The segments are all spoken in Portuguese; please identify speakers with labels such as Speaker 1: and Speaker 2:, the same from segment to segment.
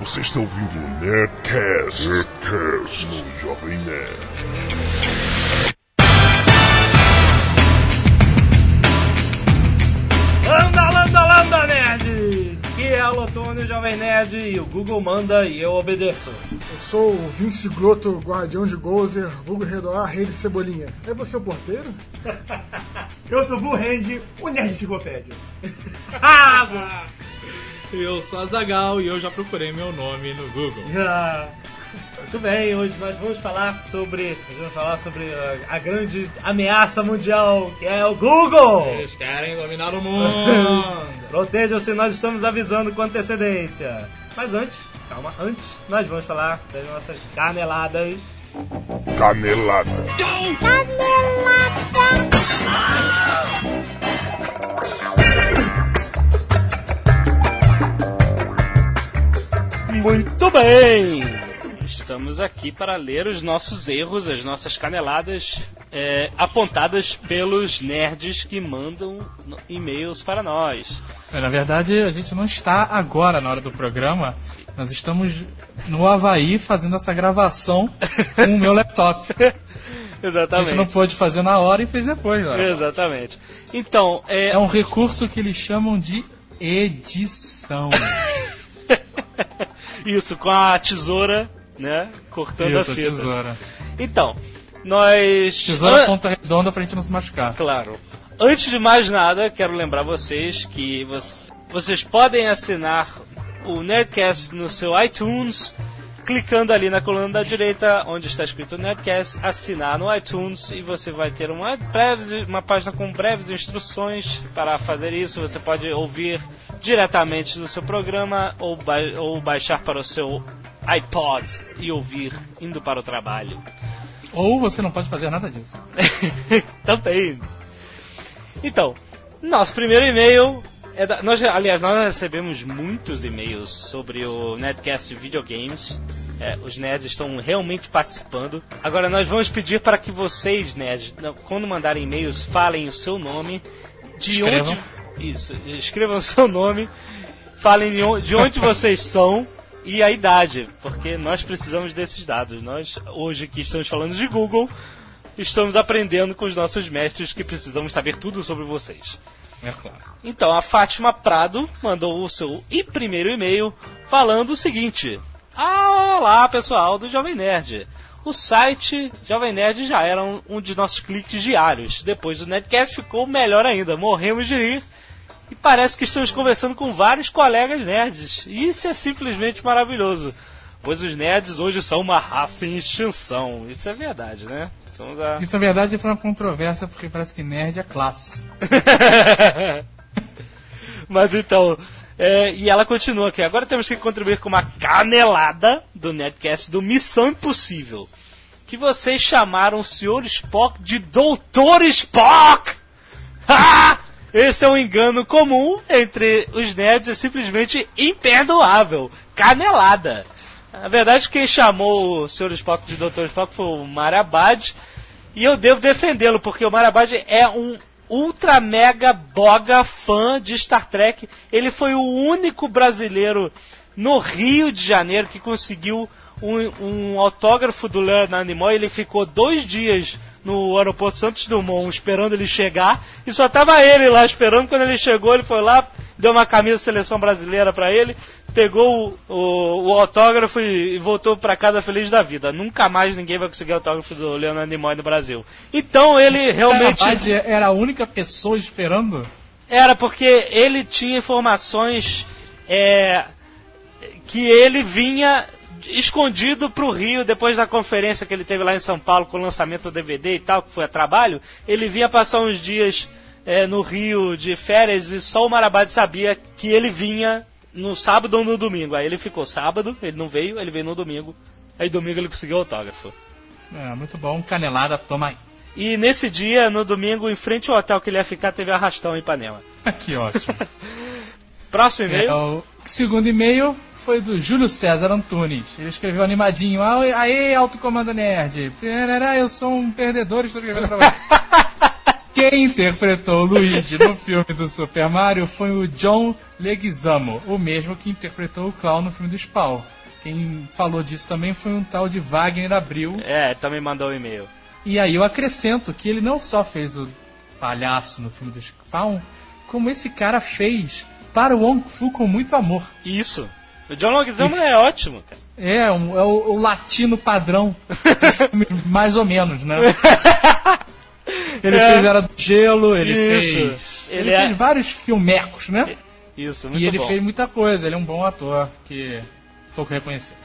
Speaker 1: Você está ouvindo o Nerdcast, Nerdcast no Jovem Nerd.
Speaker 2: Landa, landa, landa, nerds! Que é o Otônio Jovem Nerd e o Google manda e eu obedeço.
Speaker 3: Eu sou o Vince Groto, guardião de Gozer, vulgo redoar, rei de cebolinha. É você o porteiro?
Speaker 4: eu sou o Blue Hand, o Nerd Enciclopédia. Ah,
Speaker 5: Eu sou Azagal e eu já procurei meu nome no Google.
Speaker 2: Ah, muito bem, hoje nós vamos falar sobre. Nós vamos falar sobre a, a grande ameaça mundial, que é o Google!
Speaker 5: Eles querem dominar o mundo!
Speaker 2: Protejam-se, nós estamos avisando com antecedência. Mas antes, calma, antes, nós vamos falar das nossas caneladas.
Speaker 1: Canelada!
Speaker 6: Canelada!
Speaker 7: Muito bem! Estamos aqui para ler os nossos erros, as nossas caneladas é, apontadas pelos nerds que mandam e-mails para nós.
Speaker 5: É, Na verdade, a gente não está agora na hora do programa, nós estamos no Havaí fazendo essa gravação com o meu laptop.
Speaker 7: Exatamente.
Speaker 5: A gente não pôde fazer na hora e fez depois, lá.
Speaker 7: Exatamente. Então, é...
Speaker 5: é um recurso que eles chamam de edição.
Speaker 7: Isso, com a tesoura, né? Cortando
Speaker 5: Isso,
Speaker 7: a fita. Ah!
Speaker 5: tesoura.
Speaker 7: Então, nós.
Speaker 5: Tesoura An... ponta redonda pra gente não se machucar.
Speaker 7: Claro. Antes de mais nada, quero lembrar vocês que vocês podem assinar o Nerdcast no seu iTunes. Clicando ali na coluna da direita, onde está escrito Nerdcast, assinar no iTunes e você vai ter uma, breve, uma página com breves instruções para fazer isso. Você pode ouvir diretamente do seu programa ou, ba ou baixar para o seu iPod e ouvir indo para o trabalho.
Speaker 5: Ou você não pode fazer nada disso.
Speaker 7: Também. Tá Então, nosso primeiro e-mail. É da, nós, aliás, nós recebemos muitos e-mails sobre o Netcast Videogames. É, os nerds estão realmente participando. Agora, nós vamos pedir para que vocês, nerds, quando mandarem e-mails, falem o seu nome, de
Speaker 5: Escrevam.
Speaker 7: onde isso, escrevam seu nome, falem de on- de onde vocês são e a idade, porque nós precisamos desses dados. Nós, hoje que estamos falando de Google, estamos aprendendo com os nossos mestres que precisamos saber tudo sobre vocês.
Speaker 5: É claro.
Speaker 7: Então, a Fátima Prado mandou o seu e primeiro e-mail falando o seguinte: ah, Olá, pessoal do Jovem Nerd. O site Jovem Nerd já era um, um de nossos cliques diários. Depois do Nerdcast ficou melhor ainda. Morremos de rir. E parece que estamos conversando com vários colegas nerds. E isso é simplesmente maravilhoso. Pois os nerds hoje são uma raça em extinção. Isso é verdade, né? Somos a...
Speaker 5: Isso, na verdade, foi uma controvérsia, porque parece que nerd é classe.
Speaker 7: Mas então. é, e ela continua aqui. Agora temos que contribuir com uma canelada do Netcast do Missão Impossível. Que vocês chamaram o Sr. Spock de Doutor Spock! Ha! Esse é um engano comum entre os nerds e simplesmente imperdoável. Canelada. Na verdade, quem chamou o Sr. Spock de Doutor Spock foi o Marabad. E eu devo defendê-lo, porque o Marabad é um ultra mega boga fã de Star Trek. Ele foi o único brasileiro no Rio de Janeiro que conseguiu um, um autógrafo do Leonardo Nimoy. Ele ficou dois dias no aeroporto Santos Dumont esperando ele chegar e só tava ele lá esperando. Quando ele chegou, ele foi lá, deu uma camisa seleção brasileira para ele, pegou o, o- o autógrafo e, e voltou para casa feliz da vida. Nunca mais ninguém vai conseguir autógrafo do Leonardo Nimoy no Brasil. Então ele realmente
Speaker 5: Na verdade, era a única pessoa esperando.
Speaker 7: era porque ele tinha informações é, que ele vinha escondido pro Rio depois da conferência que ele teve lá em São Paulo com o lançamento do DVD e tal, que foi a trabalho. Ele vinha passar uns dias é, no Rio de férias e só o Marabade sabia que ele vinha no sábado ou no domingo. Aí ele ficou sábado, ele não veio, ele veio no domingo. Aí domingo ele conseguiu o autógrafo.
Speaker 5: É, muito bom, canelada, toma aí.
Speaker 7: E nesse dia, no domingo, em frente ao hotel que ele ia ficar, teve arrastão em Ipanema.
Speaker 5: que ótimo.
Speaker 7: Próximo e-mail.
Speaker 5: É, o segundo e-mail foi do Júlio César Antunes. Ele escreveu animadinho. "Ah, Aê, alto comando nerd. Perará, Eu sou um perdedor e estou escrevendo pra você. Quem interpretou o Luigi no filme do Super Mario foi o John Leguizamo, o mesmo que interpretou o Clown no filme do Spawn. Quem falou disso também foi um tal de Wagner Abril.
Speaker 7: É, também mandou um e-mail.
Speaker 5: E aí eu acrescento que ele não só fez o palhaço no filme do Spawn, como esse cara fez para o Wong Fu com muito amor.
Speaker 7: Isso. O John Leguizamo é ótimo, cara.
Speaker 5: É, um- é o, o latino padrão, mais ou menos, né? Ele
Speaker 7: É.
Speaker 5: fez Era do Gelo, ele
Speaker 7: Isso.
Speaker 5: fez.
Speaker 7: Ele
Speaker 5: Ele,
Speaker 7: é-
Speaker 5: fez vários filmecos, né?
Speaker 7: Isso, muito
Speaker 5: E ele
Speaker 7: bom.
Speaker 5: fez muita coisa, ele é um bom ator que pouco reconhecido.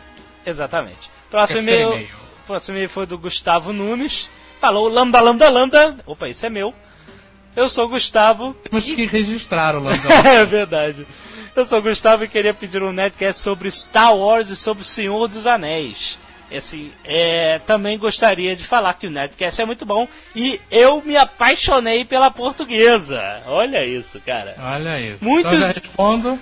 Speaker 7: Exatamente. Próximo
Speaker 5: Terceiro
Speaker 7: e-mail.
Speaker 5: e-mail.
Speaker 7: Próximo e-mail foi do Gustavo Nunes. Falou lambda, lambda, lambda. Opa, isso é meu. Eu sou o Gustavo.
Speaker 5: Temos que registrar o Landon.
Speaker 7: é verdade. Eu sou o Gustavo e queria pedir um netcast sobre Star Wars e sobre o Senhor dos Anéis. Assim, é, também gostaria de falar que o Nerdcast é muito bom e eu me apaixonei pela portuguesa. Olha isso, cara.
Speaker 5: Olha isso.
Speaker 7: Muitos-
Speaker 5: Então eu já respondo.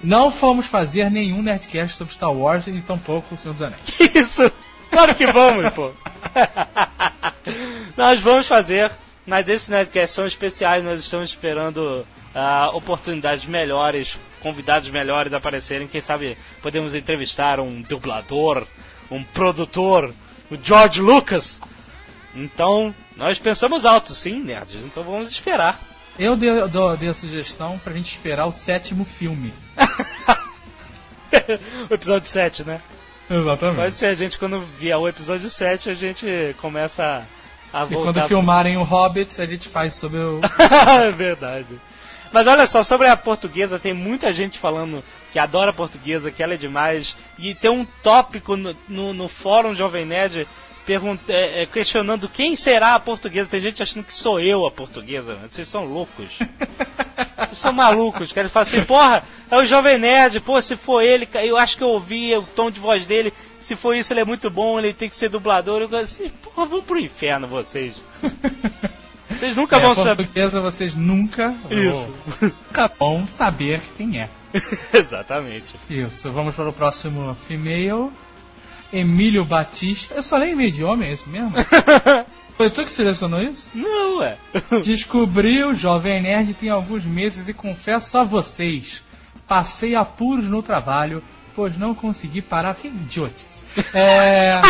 Speaker 5: Não fomos fazer nenhum Nerdcast sobre Star Wars e tampouco o Senhor dos Anéis.
Speaker 7: Que isso? Claro que vamos, pô. Nós vamos fazer, mas esses Nerdcasts são especiais, nós estamos esperando ah, oportunidades melhores, convidados melhores aparecerem. Quem sabe podemos entrevistar um dublador, um produtor, o George Lucas. Então, nós pensamos alto, sim, nerds. Então vamos esperar.
Speaker 5: Eu dei, dou- dei a sugestão pra gente esperar o sétimo filme.
Speaker 7: o episódio 7, né? Pode
Speaker 5: Exatamente.
Speaker 7: ser, a gente quando vier o episódio 7, a gente começa a
Speaker 5: E
Speaker 7: voltar...
Speaker 5: quando filmarem o Hobbit, a gente faz sobre o.
Speaker 7: é verdade. Mas olha só, sobre a portuguesa, tem muita gente falando que adora a portuguesa, que ela é demais. E tem um tópico no, no, no fórum Jovem Nerd pergunt, é, é, questionando quem será a portuguesa. Tem gente achando que sou eu a portuguesa. né? Vocês são loucos. Vocês são malucos, cara. Ele fala assim, porra, é o Jovem Nerd, pô, se for ele, ca- eu acho que eu ouvi o tom de voz dele, se for isso ele é muito bom, ele tem que ser dublador. Eu falo assim, porra, vão pro inferno vocês. Vocês nunca
Speaker 5: É,
Speaker 7: vão
Speaker 5: a
Speaker 7: saber.
Speaker 5: portuguesa vocês nunca
Speaker 7: Isso.
Speaker 5: vão- nunca vão saber quem é.
Speaker 7: Exatamente.
Speaker 5: Isso, vamos para o próximo e-mail. Emílio Batista. Eu só leio e-mail de homem, é isso mesmo? Foi tu que selecionou isso?
Speaker 7: Não, ué.
Speaker 5: Descobri o Jovem Nerd tem alguns meses e confesso a vocês, passei apuros no trabalho, pois não consegui parar. Que idiotice. É...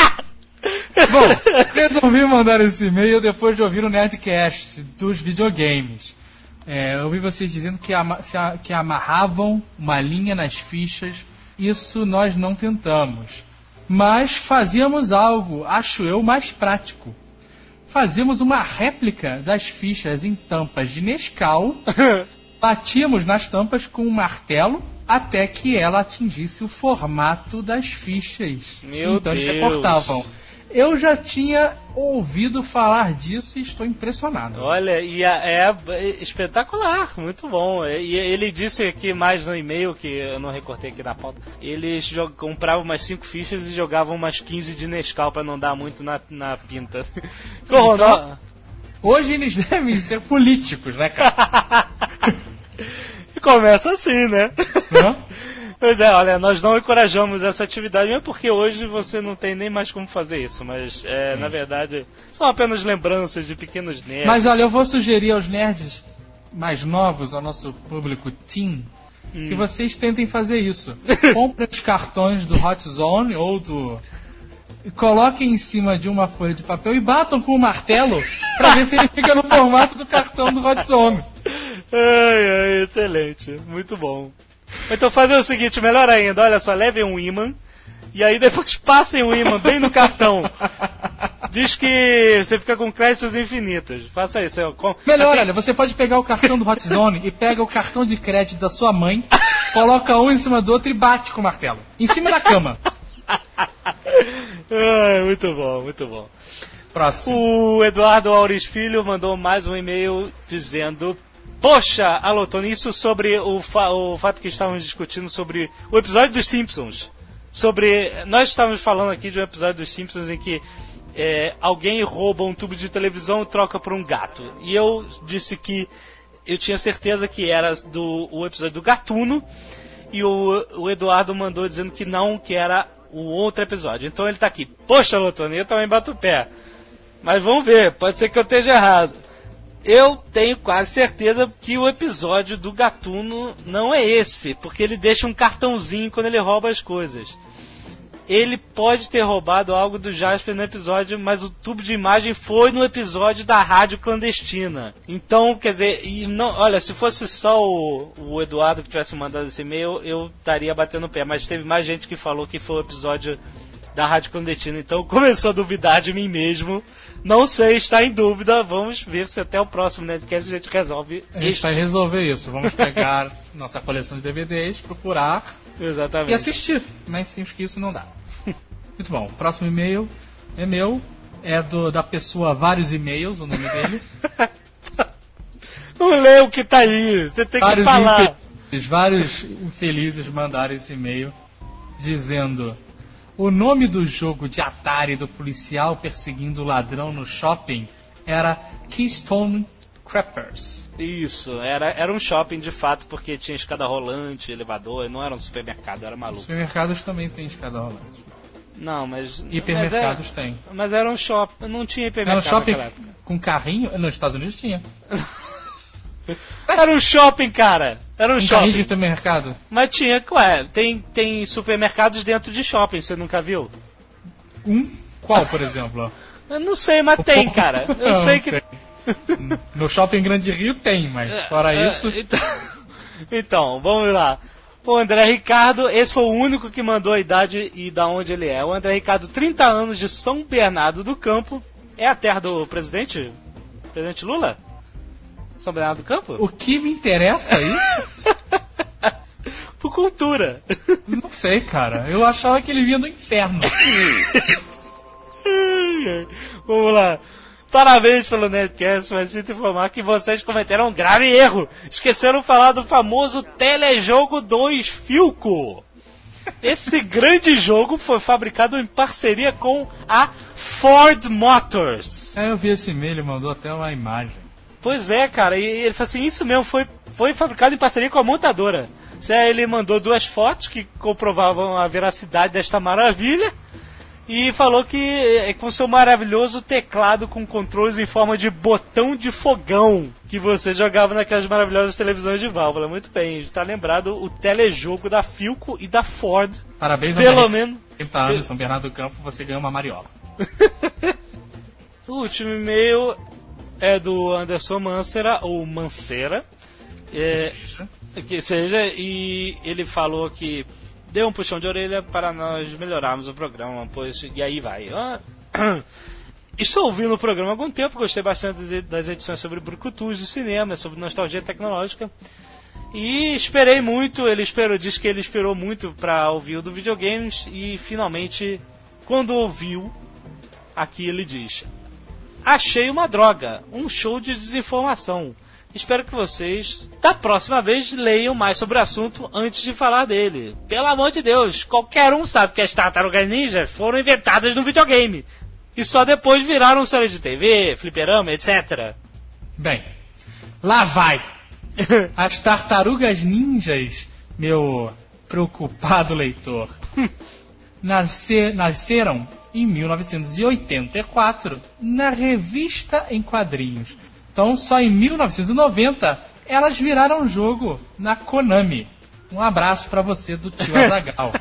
Speaker 5: Bom, resolvi mandar esse e-mail depois de ouvir o Nerdcast dos videogames. É, eu ouvi vocês dizendo que, ama- se a- que amarravam uma linha nas fichas. Isso nós não tentamos. Mas fazíamos algo, acho eu, mais prático fazíamos uma réplica das fichas em tampas de Nescau, batíamos nas tampas com um martelo até que ela atingisse o formato das fichas.
Speaker 7: Meu
Speaker 5: então eles
Speaker 7: Deus.
Speaker 5: recortavam. Eu já tinha ouvido falar disso e estou impressionado.
Speaker 7: Olha, e a- é, é espetacular, muito bom. E ele disse aqui mais no e-mail, que eu não recortei aqui na pauta, eles jo- compravam umas 5 fichas e jogavam umas 15 de Nescau pra não dar muito na, na pinta. Corro,
Speaker 5: Então- Hoje eles devem ser políticos, né, cara?
Speaker 7: E começa assim, né?
Speaker 5: Hã?
Speaker 7: Pois é, olha, nós não encorajamos essa atividade, mesmo porque hoje você não tem nem mais como fazer isso, mas é, na verdade são apenas lembranças de pequenos nerds.
Speaker 5: Mas olha, eu vou sugerir aos nerds mais novos, ao nosso público teen, que vocês tentem fazer isso. Comprem os cartões do Hot Zone ou do. e Coloquem em cima de uma folha de papel e batam com o martelo pra ver se ele fica no formato do cartão do Hot Zone.
Speaker 7: Ai, ai, excelente. Muito bom. Então fazer o seguinte, melhor ainda, olha só, levem um imã e aí depois passem o imã bem no cartão. Diz que você fica com créditos infinitos. Faça isso. eu com-
Speaker 5: Melhor, olha, você pode pegar o cartão do Hot Zone e pega o cartão de crédito da sua mãe, coloca um em cima do outro e bate com o martelo. Em cima da cama.
Speaker 7: Ai, muito bom, muito bom.
Speaker 5: Próximo.
Speaker 7: O Eduardo Aures Filho mandou mais um e-mail dizendo: Poxa, Alotone, isso sobre o, fa- o fato que estávamos discutindo sobre o episódio dos Simpsons. Sobre. Nós estávamos falando aqui de um episódio dos Simpsons em que é, alguém rouba um tubo de televisão e troca por um gato. E eu disse que eu tinha certeza que era do o episódio do Gatuno. E o, o Eduardo mandou dizendo que não, que era o outro episódio. Então ele tá aqui. Poxa, Lotone, eu também bato o pé. Mas vamos ver, pode ser que eu esteja errado. Eu tenho quase certeza que o episódio do Gatuno não é esse, porque ele deixa um cartãozinho quando ele rouba as coisas. Ele pode ter roubado algo do Jasper no episódio, mas o tubo de imagem foi no episódio da rádio clandestina. Então, quer dizer, e não, olha, se fosse só o, o Eduardo que tivesse mandado esse e-mail, eu estaria batendo o pé, mas teve mais gente que falou que foi o episódio da Rádio Clandestina. Então começou a duvidar de mim mesmo. Não sei, está em dúvida. Vamos ver se até o próximo Nerdcast a gente resolve
Speaker 5: A gente
Speaker 7: este.
Speaker 5: vai resolver É isso. Vamos pegar nossa coleção de DVDs, procurar
Speaker 7: Exatamente.
Speaker 5: e assim- assistir. Mas simples que isso não dá. Muito bom. O próximo e-mail é meu. É do, da pessoa Vários E-mails, o nome dele.
Speaker 7: Não lê o que tá aí. Você tem que
Speaker 5: vários,
Speaker 7: falar.
Speaker 5: infelizes, vários infelizes mandaram esse e-mail dizendo: O nome do jogo de Atari do policial perseguindo o ladrão no shopping era Keystone Crappers.
Speaker 7: Isso, era, era um shopping de fato, porque tinha escada rolante, elevador, não era um supermercado, era maluco.
Speaker 5: Supermercados também tem escada rolante.
Speaker 7: Não, mas.
Speaker 5: Hipermercados
Speaker 7: Mas
Speaker 5: tem.
Speaker 7: era, mas era um shopping. Não tinha
Speaker 5: Era um
Speaker 7: hipermercado
Speaker 5: shopping
Speaker 7: naquela época.
Speaker 5: com carrinho? Nos Estados Unidos tinha.
Speaker 7: Era um shopping, cara. Era um,
Speaker 5: Um
Speaker 7: shopping.
Speaker 5: carrinho de hipermercado?
Speaker 7: Mas tinha, ué, tem, tem supermercados dentro de shopping, você nunca viu?
Speaker 5: Um? Qual, por exemplo?
Speaker 7: Eu não sei, mas tem, cara. Eu
Speaker 5: Não
Speaker 7: sei que.
Speaker 5: No shopping Grande Rio tem, mas fora
Speaker 7: É,
Speaker 5: isso.
Speaker 7: Então, então, vamos lá. O André Ricardo, esse foi o único que mandou a idade e da onde ele é. O André Ricardo, 30 anos de São Bernardo do Campo. É a terra do presidente? Presidente Lula? São Bernardo do Campo?
Speaker 5: O que me interessa é isso?
Speaker 7: Por cultura.
Speaker 5: Não sei, cara. Eu achava que ele vinha do inferno.
Speaker 7: Vamos lá. Parabéns pelo Nerdcast, mas sinto informar que vocês cometeram um grave erro. Esqueceram de falar do famoso Telejogo 2 Filco. Esse grande jogo foi fabricado em parceria com a Ford Motors.
Speaker 5: Aí eu vi esse e-mail, ele mandou até uma imagem.
Speaker 7: Pois é, cara, e ele falou assim, isso mesmo, foi, foi fabricado em parceria com a montadora. Isso aí Ele mandou duas fotos que comprovavam a veracidade desta maravilha e falou que é com seu maravilhoso teclado com controles em forma de botão de fogão que você jogava naquelas maravilhosas televisões de válvula. Muito bem, está lembrado o telejogo da Philco e da Ford.
Speaker 5: Parabéns,
Speaker 7: Pelo
Speaker 5: André.
Speaker 7: menos.
Speaker 5: 30 anos, São Bernardo do Campo, você ganhou uma mariola.
Speaker 7: O último e-mail é do Anderson Mancera, ou Mancera. É,
Speaker 5: Seja.
Speaker 7: que seja, e ele falou que deu um puxão de orelha para nós melhorarmos o programa, pois e aí vai. Ah, Estou ouvindo o programa há algum tempo, gostei bastante das e- das edições sobre brucutus de cinema, sobre nostalgia tecnológica. E esperei muito, ele esperou, disse que ele esperou muito para ouvir o do videogames e finalmente quando ouviu, aqui ele diz: Achei uma droga, um show de desinformação. Espero que vocês, da próxima vez, leiam mais sobre o assunto antes de falar dele. Pelo amor de Deus, qualquer um sabe que as tartarugas ninjas foram inventadas no videogame. E só depois viraram série de TV, fliperama, etc.
Speaker 5: Bem, lá vai! As tartarugas ninjas, meu preocupado leitor, nasce- nasceram em 1984 na revista em quadrinhos. Então, só em 1990 elas viraram jogo na Konami. Um abraço pra você do tio Azagal.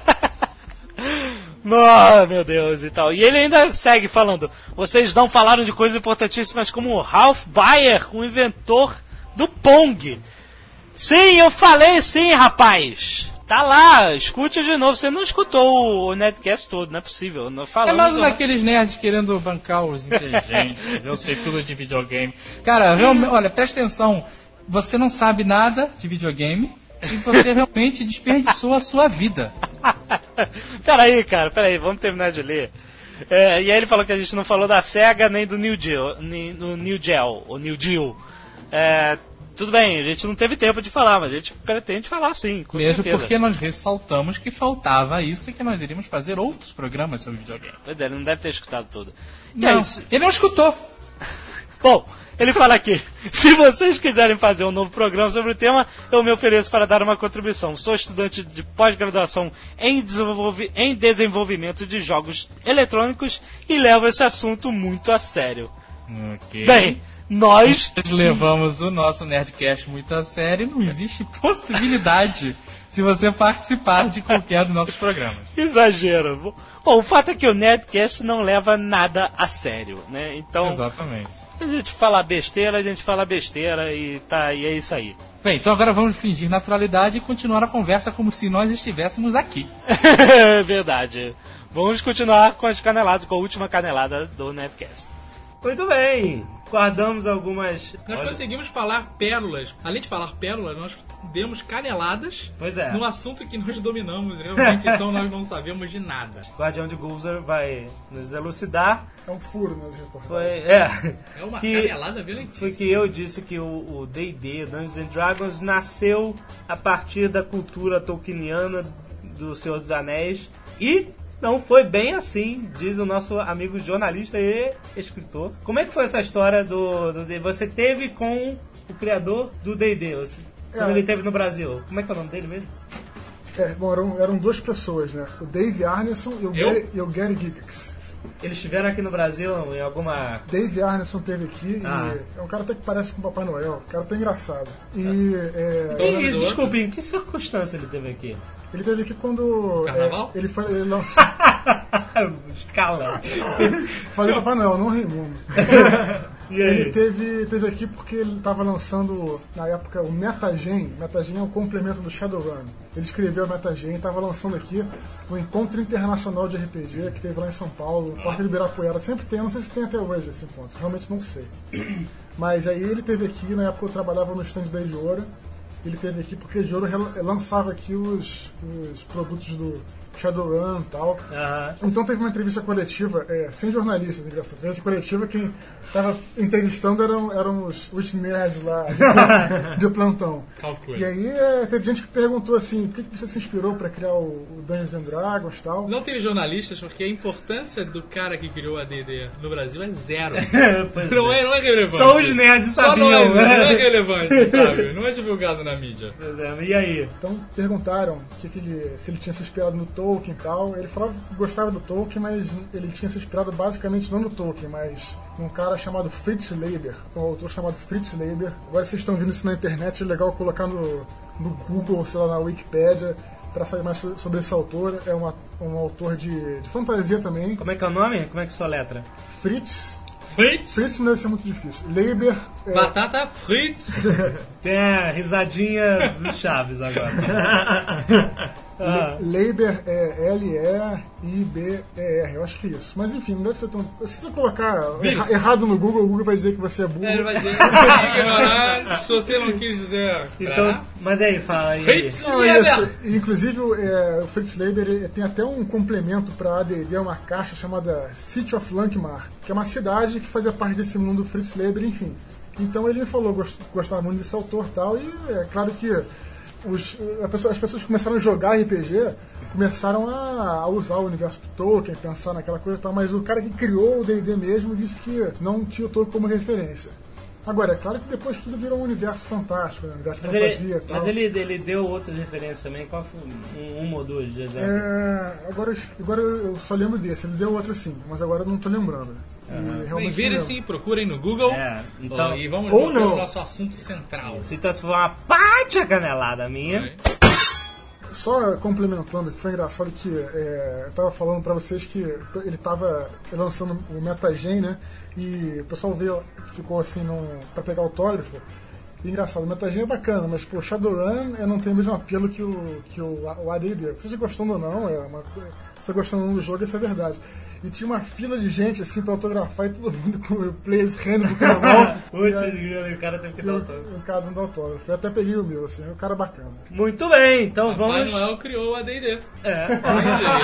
Speaker 7: Ah, meu Deus, e tal. E ele ainda segue falando: vocês não falaram de coisas importantíssimas como o Ralph Bayer, o inventor do Pong. Sim, eu falei sim, rapaz. Tá lá, escute de novo. Você não escutou o Netcast todo, não é possível. Não
Speaker 5: É
Speaker 7: falamos
Speaker 5: mais um
Speaker 7: do-
Speaker 5: daqueles nerds querendo bancar os inteligentes. eu sei tudo de videogame. Cara,
Speaker 7: Hum.
Speaker 5: realmente, olha, presta atenção. Você não sabe nada de videogame e você realmente desperdiçou a sua vida.
Speaker 7: peraí, cara, peraí, vamos terminar de ler. É, e aí ele falou que a gente não falou da SEGA nem do New Deal, nem do New Gel, ou New Deal. É, tudo bem, a gente não teve tempo de falar, mas a gente pretende falar sim, com
Speaker 5: Mesmo
Speaker 7: certeza.
Speaker 5: porque nós ressaltamos que faltava isso e que nós iríamos fazer outros programas sobre videogame.
Speaker 7: Pois é, ele não deve ter escutado tudo. E
Speaker 5: Não,
Speaker 7: aí, se-
Speaker 5: ele não escutou.
Speaker 7: bom, ele fala aqui: se vocês quiserem fazer um novo programa sobre o tema, eu me ofereço para dar uma contribuição. Sou estudante de pós-graduação em, desenvolvi- em desenvolvimento de jogos eletrônicos e levo esse assunto muito a sério. Bem,
Speaker 8: Nós
Speaker 9: Nós levamos o nosso Nerdcast muito a sério e não existe possibilidade de você participar de qualquer dos nossos programas.
Speaker 8: exagero. Bom, o fato é que o Nerdcast não leva nada a sério, né? Então,
Speaker 9: Exatamente.
Speaker 8: a gente fala besteira, a gente fala besteira e tá, e é isso aí.
Speaker 9: Bem, então agora vamos fingir naturalidade e continuar a conversa como se nós estivéssemos aqui.
Speaker 8: É Verdade. Vamos continuar com as caneladas, com a última canelada do Nerdcast.
Speaker 7: Muito bem. Guardamos algumas.
Speaker 5: Nós
Speaker 7: Olha,
Speaker 5: conseguimos falar pérolas. Além de falar pérolas, nós demos caneladas
Speaker 7: Pois é.
Speaker 5: no assunto que nós dominamos realmente, então nós não sabemos de nada.
Speaker 7: Guardião de Gulzer vai nos elucidar.
Speaker 3: É um furo, né, de reportagem.
Speaker 7: Foi. É.
Speaker 5: É uma
Speaker 7: que-
Speaker 5: canelada violentíssima.
Speaker 7: Foi que eu disse que o o D&D, Dungeons and Dragons, nasceu a partir da cultura tolkieniana do Senhor dos Anéis e não foi bem assim, diz o nosso amigo jornalista e escritor. Como é que foi essa história do, do D&D? Você teve com o criador do D&D, você- quando
Speaker 3: É.
Speaker 7: ele teve no Brasil. Como é que é o nome dele mesmo?
Speaker 3: É, bom, eram, eram duas pessoas, né? O Dave Arneson e o, Gary, e o Gary Gygax.
Speaker 7: Eles estiveram aqui no Brasil em alguma...
Speaker 3: Dave Arneson teve aqui
Speaker 7: Ah.
Speaker 3: e é um cara até que parece com o Papai Noel. O cara tá engraçado. E é,
Speaker 5: Então- o nome
Speaker 7: E,
Speaker 5: do
Speaker 7: desculpe, em que circunstância ele teve aqui?
Speaker 3: ele teve aqui quando.
Speaker 5: Carnaval?
Speaker 3: é, ele foi. Ele não,
Speaker 7: Escala.
Speaker 3: falei Papai Noel, não rimou.
Speaker 7: E
Speaker 3: Ele
Speaker 7: aí?
Speaker 3: teve, teve aqui porque ele estava lançando, na época, o Metagen. Metagen é um complemento do Shadowrun. Ele escreveu o Metagen e estava lançando aqui o Encontro Internacional de RPG, que teve lá em São Paulo, no Parque do Ibirapuera. Sempre tem, eu não sei se tem até hoje esse encontro, realmente não sei. Mas aí ele teve aqui, na época eu trabalhava no stand da Ediora. Ele teve aqui porque a Ediora rela- lançava aqui os, os produtos do Shadowrun e tal.
Speaker 7: Aham.
Speaker 3: Então teve uma entrevista coletiva, é, sem jornalistas, engraçado. Entrevista coletiva, quem estava entrevistando eram, eram os, os nerds lá de, plan- de plantão.
Speaker 5: Calcule.
Speaker 3: E aí é, teve gente que perguntou assim, o que, que você se inspirou para criar o, o Dungeons and Dragons e tal.
Speaker 5: Não teve jornalistas porque a importância do cara que criou a DD no Brasil é zero.
Speaker 7: Pois
Speaker 5: não,
Speaker 7: é.
Speaker 5: é, não é relevante.
Speaker 7: Só os nerds
Speaker 5: Só
Speaker 7: sabiam,
Speaker 5: nós,
Speaker 7: né?
Speaker 5: Não é relevante, sabe? Não é divulgado na mídia.
Speaker 7: Pois é, E aí?
Speaker 3: Então perguntaram o que que ele, se ele tinha se inspirado no Tolkien e tal. Ele falava que gostava do Tolkien, mas ele tinha se inspirado basicamente não no Tolkien, mas num cara chamado Fritz Leiber, um autor chamado Fritz Leiber. Agora vocês estão vendo isso na internet, é legal colocar no, no Google, sei lá, na Wikipedia, para saber mais so- sobre esse autor. É uma, um autor de, de fantasia também.
Speaker 7: Como é que é o nome? Como é que soletra?
Speaker 3: Fritz.
Speaker 5: Fritz,
Speaker 3: Fritz não deve ser muito difícil. Leiber. é,
Speaker 5: batata Fritz.
Speaker 7: Tem a risadinha do Chaves agora. Ah,
Speaker 3: Leiber é L-E-I-B-E-R, eu acho que é isso. Mas enfim, não deve ser tão. Se você colocar erra- errado no Google, o Google vai dizer que você é burro.
Speaker 5: É, ele vai dizer, ignorante, se você não quis dizer.
Speaker 7: então,
Speaker 5: pra-
Speaker 7: mas aí, fala aí.
Speaker 5: Fritz
Speaker 3: Não, é
Speaker 5: Weber.
Speaker 3: isso. Inclusive, o, é, o Fritz Leiber ele tem até um complemento para ADD, uma caixa chamada City of Lankmar, que é uma cidade que fazia parte desse mundo Fritz Leiber, enfim. Então ele falou gost- gostava muito desse autor e tal, e é claro que os, a pessoa- as pessoas que começaram a jogar RPG, começaram a, a usar o universo do Tolkien, pensar naquela coisa e tal, mas o cara que criou o D&D mesmo disse que não tinha o Tolkien como referência. Agora, é claro que depois tudo virou um universo fantástico, né? um universo de
Speaker 7: Mas,
Speaker 3: fantasia. e
Speaker 7: ele,
Speaker 3: tal.
Speaker 7: mas ele, ele deu outras referências também. Qual foi um, uma ou duas de exemplo?
Speaker 3: É, agora, eu- agora eu só lembro desse. Ele deu outro sim, mas agora eu não tô lembrando. E
Speaker 5: Bem,
Speaker 3: realmente não
Speaker 5: virem-se, procurem no Google.
Speaker 7: É, então-
Speaker 5: Ó, e vamos
Speaker 3: Ou
Speaker 5: voltar
Speaker 3: não.
Speaker 5: ao nosso assunto central.
Speaker 7: Se transformou uma pátia canelada minha.
Speaker 3: lembro. Só complementando, que foi engraçado que é, eu tava falando pra vocês que t- ele tava lançando o Metagen, né? E o pessoal veio, ficou assim num, pra pegar autógrafo. E engraçado, o Metagen é bacana, mas pô, Shadowrun é, não tem o mesmo apelo que o, que o, A- o ADD. Seja gostando ou não, é uma coisa. Você gostando ou não do jogo, isso é verdade. E tinha uma fila de gente assim pra autografar e todo mundo com o Players Handbook na mão.
Speaker 7: Então, Putz, grilo, o cara teve que dar um o toque.
Speaker 3: O cara dando autógrafo. Eu até peguei o meu, assim, é um cara bacana.
Speaker 7: Muito bem, então
Speaker 5: Papai
Speaker 7: vamos. É.
Speaker 5: Noel criou a DD.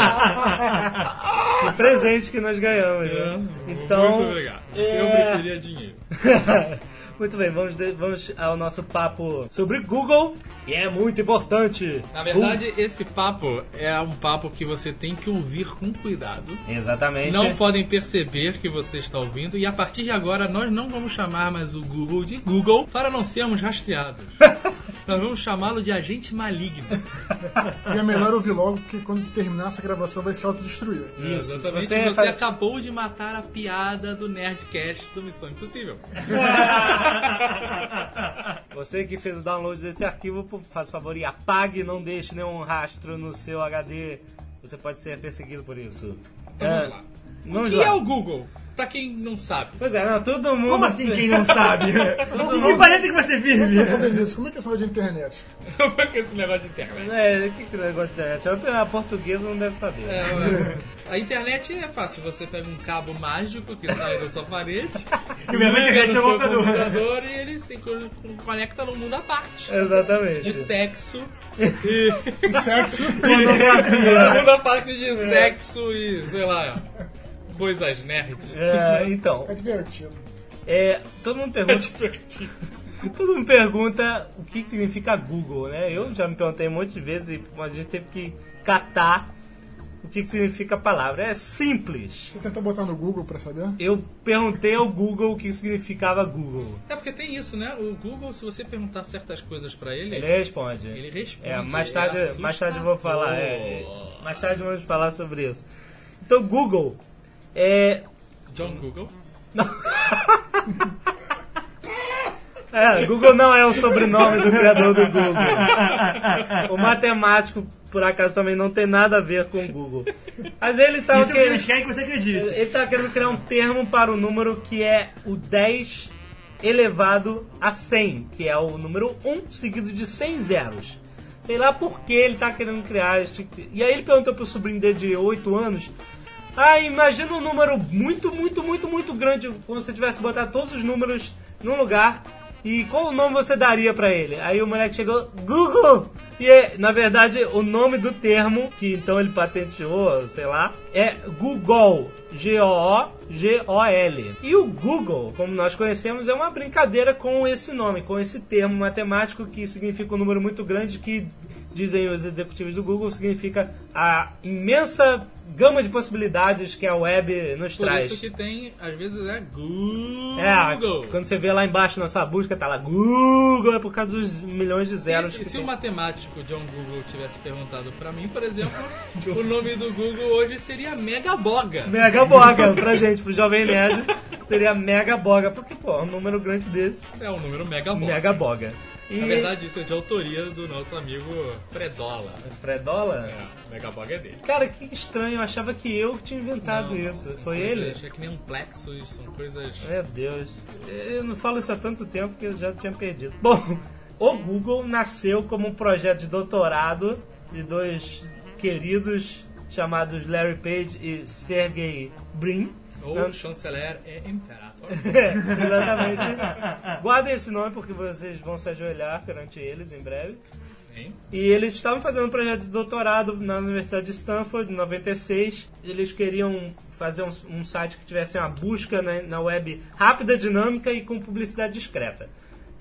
Speaker 7: O presente que nós ganhamos. né? Então.
Speaker 5: Muito obrigado. Eu
Speaker 7: é,
Speaker 5: preferia dinheiro.
Speaker 7: Muito bem, vamos, de- vamos ao nosso papo sobre Google, e é muito importante.
Speaker 5: Na verdade,
Speaker 7: um-
Speaker 5: esse papo é um papo que você tem que ouvir com cuidado.
Speaker 7: Google- exatamente.
Speaker 5: Não podem perceber que você está ouvindo, e a partir de agora nós não vamos chamar mais o Google de Google para não sermos rastreados. Nós vamos chamá-lo de agente maligno.
Speaker 3: E é melhor ouvir logo, porque quando terminar essa gravação vai se autodestruir.
Speaker 7: Isso, se
Speaker 5: É, Exatamente.
Speaker 7: você
Speaker 5: Você,
Speaker 7: faz-
Speaker 5: acabou de matar a piada do Nerdcast do Missão Impossível.
Speaker 7: Você que fez o download desse arquivo, por- faz favor e apague, não deixe nenhum rastro no seu HD. Você pode ser perseguido por isso.
Speaker 5: Então
Speaker 7: É,
Speaker 5: vamos lá.
Speaker 7: Vamos
Speaker 5: que
Speaker 7: lá.
Speaker 5: é o Google? Pra quem não sabe.
Speaker 7: Pois é, não, todo mundo.
Speaker 10: Como assim quem não sabe? em que planeta que você vive?
Speaker 3: Pensando nisso, como é que é essa hora de internet?
Speaker 5: Porque esse negócio de internet.
Speaker 7: É, o que, que negócio de internet? A portuguesa não deve saber.
Speaker 5: É, ué. a internet é fácil. Você pega um cabo mágico que sai da sua parede,
Speaker 10: E minha mãe
Speaker 5: liga
Speaker 10: quer
Speaker 5: no
Speaker 10: ser
Speaker 5: seu
Speaker 10: computador.
Speaker 5: computador e ele se con- conecta num mundo à parte.
Speaker 7: É Exatamente.
Speaker 5: De sexo e.
Speaker 3: Sexo.
Speaker 7: É
Speaker 5: mundo parte de sexo e, sei lá, coisas nerds.
Speaker 7: É, então,
Speaker 3: É divertido.
Speaker 7: é, todo mundo pergunta. Todo mundo pergunta o que que significa Google, né? Eu já me perguntei um monte de vezes e a gente teve que catar o que que significa a palavra. É simples.
Speaker 3: Você tentou botar no Google pra saber?
Speaker 7: Eu perguntei ao Google o que significava Google.
Speaker 5: É porque tem isso, né? O Google, se você perguntar certas coisas pra ele,
Speaker 7: Ele é
Speaker 5: ele,
Speaker 7: responde.
Speaker 5: responde.
Speaker 7: É, mais tarde,
Speaker 5: É
Speaker 7: mais tarde eu vou falar. é,
Speaker 5: assustador.
Speaker 7: é. mais tarde vamos falar sobre isso. Então, Google é.
Speaker 5: John Google.
Speaker 7: É, Google não é o sobrenome do criador do Google. O matemático, por acaso, também não tem nada a ver com o Google. Mas ele tava
Speaker 10: Isso é que eles
Speaker 7: querendo.
Speaker 10: querem que você acredite.
Speaker 7: Ele tava querendo criar um termo para o número que é o 10 elevado a 100, que é o número 1 seguido de 100 zeros. Sei lá por que ele tá querendo criar este. E aí ele perguntou pro sobrinho dele de 8 anos. Ah, imagina um número muito, muito, muito, muito grande, como se você tivesse botado todos os números num lugar. E qual o nome você daria pra ele? Aí o moleque chegou, Google! E é, na verdade o nome do termo, que então ele patenteou, sei lá, é Google. G-O-O-G-O-L. E o Google, como nós conhecemos, é uma brincadeira com esse nome, com esse termo matemático que significa um número muito grande que dizem os executivos do Google, significa a imensa gama de possibilidades que a web nos
Speaker 5: Por
Speaker 7: traz.
Speaker 5: isso que tem, às vezes, é
Speaker 7: É,
Speaker 5: Google.
Speaker 7: quando você vê lá embaixo nessa busca, tá lá Google, é por causa dos milhões de zeros.
Speaker 5: se,
Speaker 7: que
Speaker 5: se
Speaker 7: tem.
Speaker 5: o matemático John Google tivesse perguntado pra mim, por exemplo, o nome do Google hoje seria Megaboga.
Speaker 7: Mega boga pra gente, pro jovem nerd, seria mega boga, porque pô, um número grande desse,
Speaker 5: É o número Megaboga.
Speaker 7: mega boga. E
Speaker 5: Na verdade, isso é de autoria do nosso amigo Fredola.
Speaker 7: Fredola?
Speaker 5: É, Megaboga é dele.
Speaker 7: Cara, que estranho, eu achava que eu tinha inventado
Speaker 5: Não,
Speaker 7: isso.
Speaker 5: são
Speaker 7: Foi
Speaker 5: coisas-
Speaker 7: ele? É.
Speaker 5: É que nem um plexus, são coisas.
Speaker 7: Meu Deus. Eu não falo isso há tanto tempo que eu já tinha perdido. Bom, o Google nasceu como um projeto de doutorado de dois queridos chamados Larry Page e Sergey Brin.
Speaker 5: Ou
Speaker 7: Não-
Speaker 5: chanceler é imperator.
Speaker 7: É, exatamente. Guardem esse nome porque vocês vão se ajoelhar perante eles em breve.
Speaker 5: Hein?
Speaker 7: E eles estavam fazendo um projeto de doutorado na Universidade de Stanford, em 96. Eles queriam fazer um, um site que tivesse uma busca na, na web rápida, dinâmica e com publicidade discreta.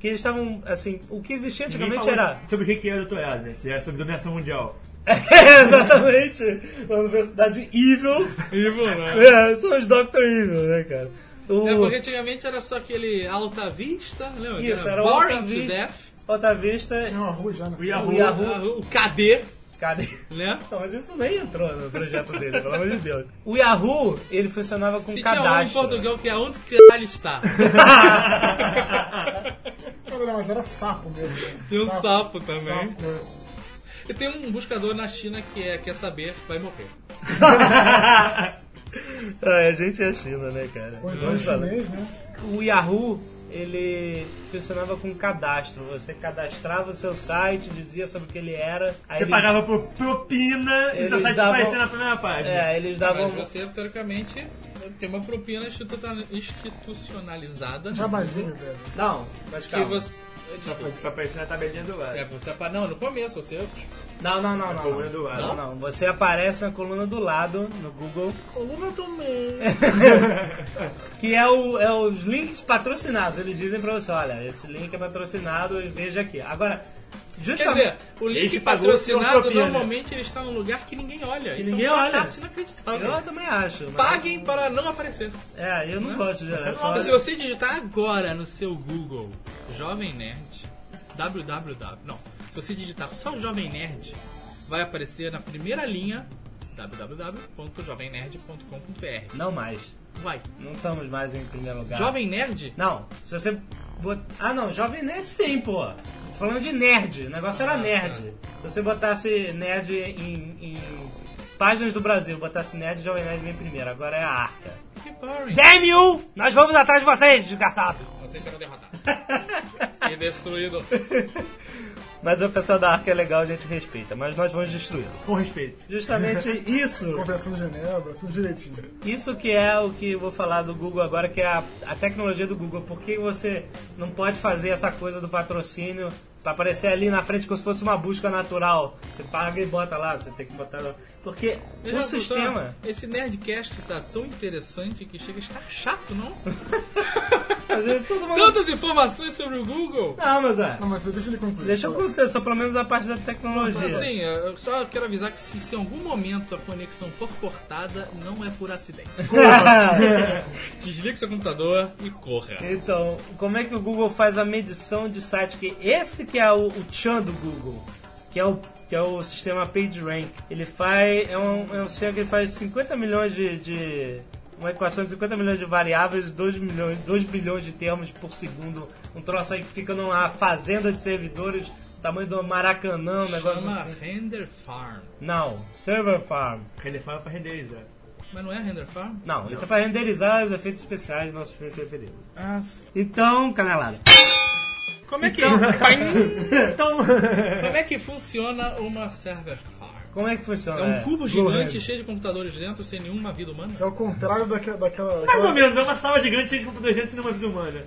Speaker 7: Que eles estavam, assim, o que existia
Speaker 10: Ninguém
Speaker 7: antigamente
Speaker 10: falou
Speaker 7: era.
Speaker 10: Sobre o que que era doutorado, né? Se era sobre dominação mundial.
Speaker 7: É, exatamente! Uma universidade evil.
Speaker 5: Evil, né?
Speaker 7: É, são os Dr. Evil, né, cara? O
Speaker 5: É porque antigamente era só aquele alta vista, lembra?
Speaker 7: Isso,
Speaker 5: Que
Speaker 7: era o
Speaker 5: boring
Speaker 7: Alta
Speaker 5: to
Speaker 7: Vi-
Speaker 5: death.
Speaker 7: Alta Vista.
Speaker 3: Tinha uma rua já, né? não sei.
Speaker 10: Yahoo.
Speaker 7: O Yahoo.
Speaker 5: Ah, O KD,
Speaker 7: Cadê?
Speaker 5: né?
Speaker 7: Não, mas isso nem entrou no projeto dele, pelo amor de Deus. O Yahoo, ele funcionava com
Speaker 5: E tinha um em
Speaker 7: cadastro.
Speaker 5: Portugal que é onde caralho está.
Speaker 3: Cara, não, mas era sapo mesmo.
Speaker 5: Tem um sapo também.
Speaker 3: Sapo, é.
Speaker 5: E tem um buscador na China que é quer saber, vai morrer.
Speaker 7: Ah, a gente é China, né, cara?
Speaker 3: Ou então em
Speaker 7: Vamos falar.
Speaker 3: chinês, né?
Speaker 7: O Yahoo, ele funcionava com cadastro. Você cadastrava o seu site, dizia sobre o que ele era. Aí
Speaker 10: Você
Speaker 7: eles-
Speaker 10: pagava por propina e seu
Speaker 7: Eles
Speaker 10: site
Speaker 7: davam-
Speaker 10: aparecia na primeira página.
Speaker 7: É, eles davam...
Speaker 5: Mas você, teoricamente, tem uma propina instituta- institucionalizada. né?
Speaker 3: Jabazinho, velho.
Speaker 7: Não, mas
Speaker 5: Que
Speaker 7: calma.
Speaker 5: você. Desculpa.
Speaker 10: Pra aparecer tipo na tabelinha do lado.
Speaker 5: É, você apa- Não, no começo, você.
Speaker 7: Não, não, não, não.
Speaker 10: coluna
Speaker 7: não.
Speaker 10: do lado.
Speaker 7: Não, não. Você aparece na coluna do lado, no Google,
Speaker 3: Coluna também.
Speaker 7: que é, o, é os links patrocinados. Eles dizem pra você, olha, esse link é patrocinado e veja aqui. Agora,
Speaker 5: Quer
Speaker 7: justamente...
Speaker 5: dizer, o link
Speaker 10: Este pagou
Speaker 5: patrocinado
Speaker 10: filantropia, né?
Speaker 5: normalmente ele está num lugar que ninguém olha.
Speaker 7: Que
Speaker 5: Isso
Speaker 7: ninguém
Speaker 5: é um
Speaker 7: olha.
Speaker 5: fracasso inacreditável.
Speaker 7: eu também acho. mas-
Speaker 5: Paguem para não aparecer.
Speaker 7: É,
Speaker 5: Né?
Speaker 7: eu não gosto de gerar.
Speaker 5: Então, se você digitar agora no seu Google Jovem Nerd, www. Não. Se você digitar só Jovem Nerd, vai aparecer na primeira linha www.jovemnerd.com.br.
Speaker 7: Não mais.
Speaker 5: Vai.
Speaker 7: Não estamos mais em primeiro lugar.
Speaker 5: Jovem Nerd?
Speaker 7: Não, se você. bot- Ah, não, Jovem Nerd sim, pô. Tô falando de nerd, o negócio era nerd. Se você botasse nerd em, em páginas do Brasil, botasse nerd, Jovem Nerd vem primeiro, agora é a arca.
Speaker 5: Que boring.
Speaker 7: Damn you! Nós vamos atrás de vocês, desgraçado!
Speaker 5: Vocês serão derrotados. e destruído.
Speaker 7: Mas o pessoal da arca é legal, a gente respeita, mas nós vamos destruí-lo.
Speaker 10: Com respeito.
Speaker 7: Justamente isso.
Speaker 3: Conversando em Genebra, tudo direitinho.
Speaker 7: Isso que é o que eu vou falar do Google agora, que é a, a tecnologia do Google. Por que você não pode fazer essa coisa do patrocínio para aparecer ali na frente como se fosse uma busca natural? Você paga e bota lá, você tem que botar lá. Porque
Speaker 5: Eu
Speaker 7: o
Speaker 5: já tô-
Speaker 7: sistema...
Speaker 5: Esse Nerdcast tá tão interessante que chega a estar chato, não?
Speaker 7: Mas é todo mundo...
Speaker 5: Tantas informações sobre o Google.
Speaker 7: Não, mas é...
Speaker 3: Não, mas deixa ele concluir.
Speaker 7: Deixa eu contar só pelo menos a parte da tecnologia.
Speaker 5: Assim, eu só quero avisar que se, se em algum momento a conexão for cortada, não é por acidente. Desliga seu computador e corra.
Speaker 7: Então, como é que o Google faz a medição de site? Que esse que é o, o tchan do Google, que é o, que é o sistema PageRank. Ele faz. É um, é um sistema que ele faz 50 milhões de. de- uma equação de 50 milhões de variáveis, 2, milhões, 2 bilhões de termos por segundo. Um troço aí que fica numa fazenda de servidores, do tamanho do Maracanã, um negócio.
Speaker 5: Chama
Speaker 7: assim.
Speaker 5: Render Farm.
Speaker 7: Não, Server Farm.
Speaker 10: Ele fala pra renderizar.
Speaker 5: Mas não é Render Farm?
Speaker 7: Não, isso é para renderizar os efeitos especiais do nosso filme preferido.
Speaker 5: Ah, sim.
Speaker 7: Então, canelada.
Speaker 5: Como é que,
Speaker 10: Então,
Speaker 5: como é que funciona uma Server Farm?
Speaker 7: Como é que funciona?
Speaker 5: É um cubo
Speaker 7: Blue
Speaker 5: gigante
Speaker 7: Hand.
Speaker 5: cheio de computadores dentro, sem nenhuma vida humana?
Speaker 3: É o contrário daquela. daquela
Speaker 10: mais ou
Speaker 3: daquela-
Speaker 10: menos, é uma sala gigante cheia de computadores dentro de uma vida humana.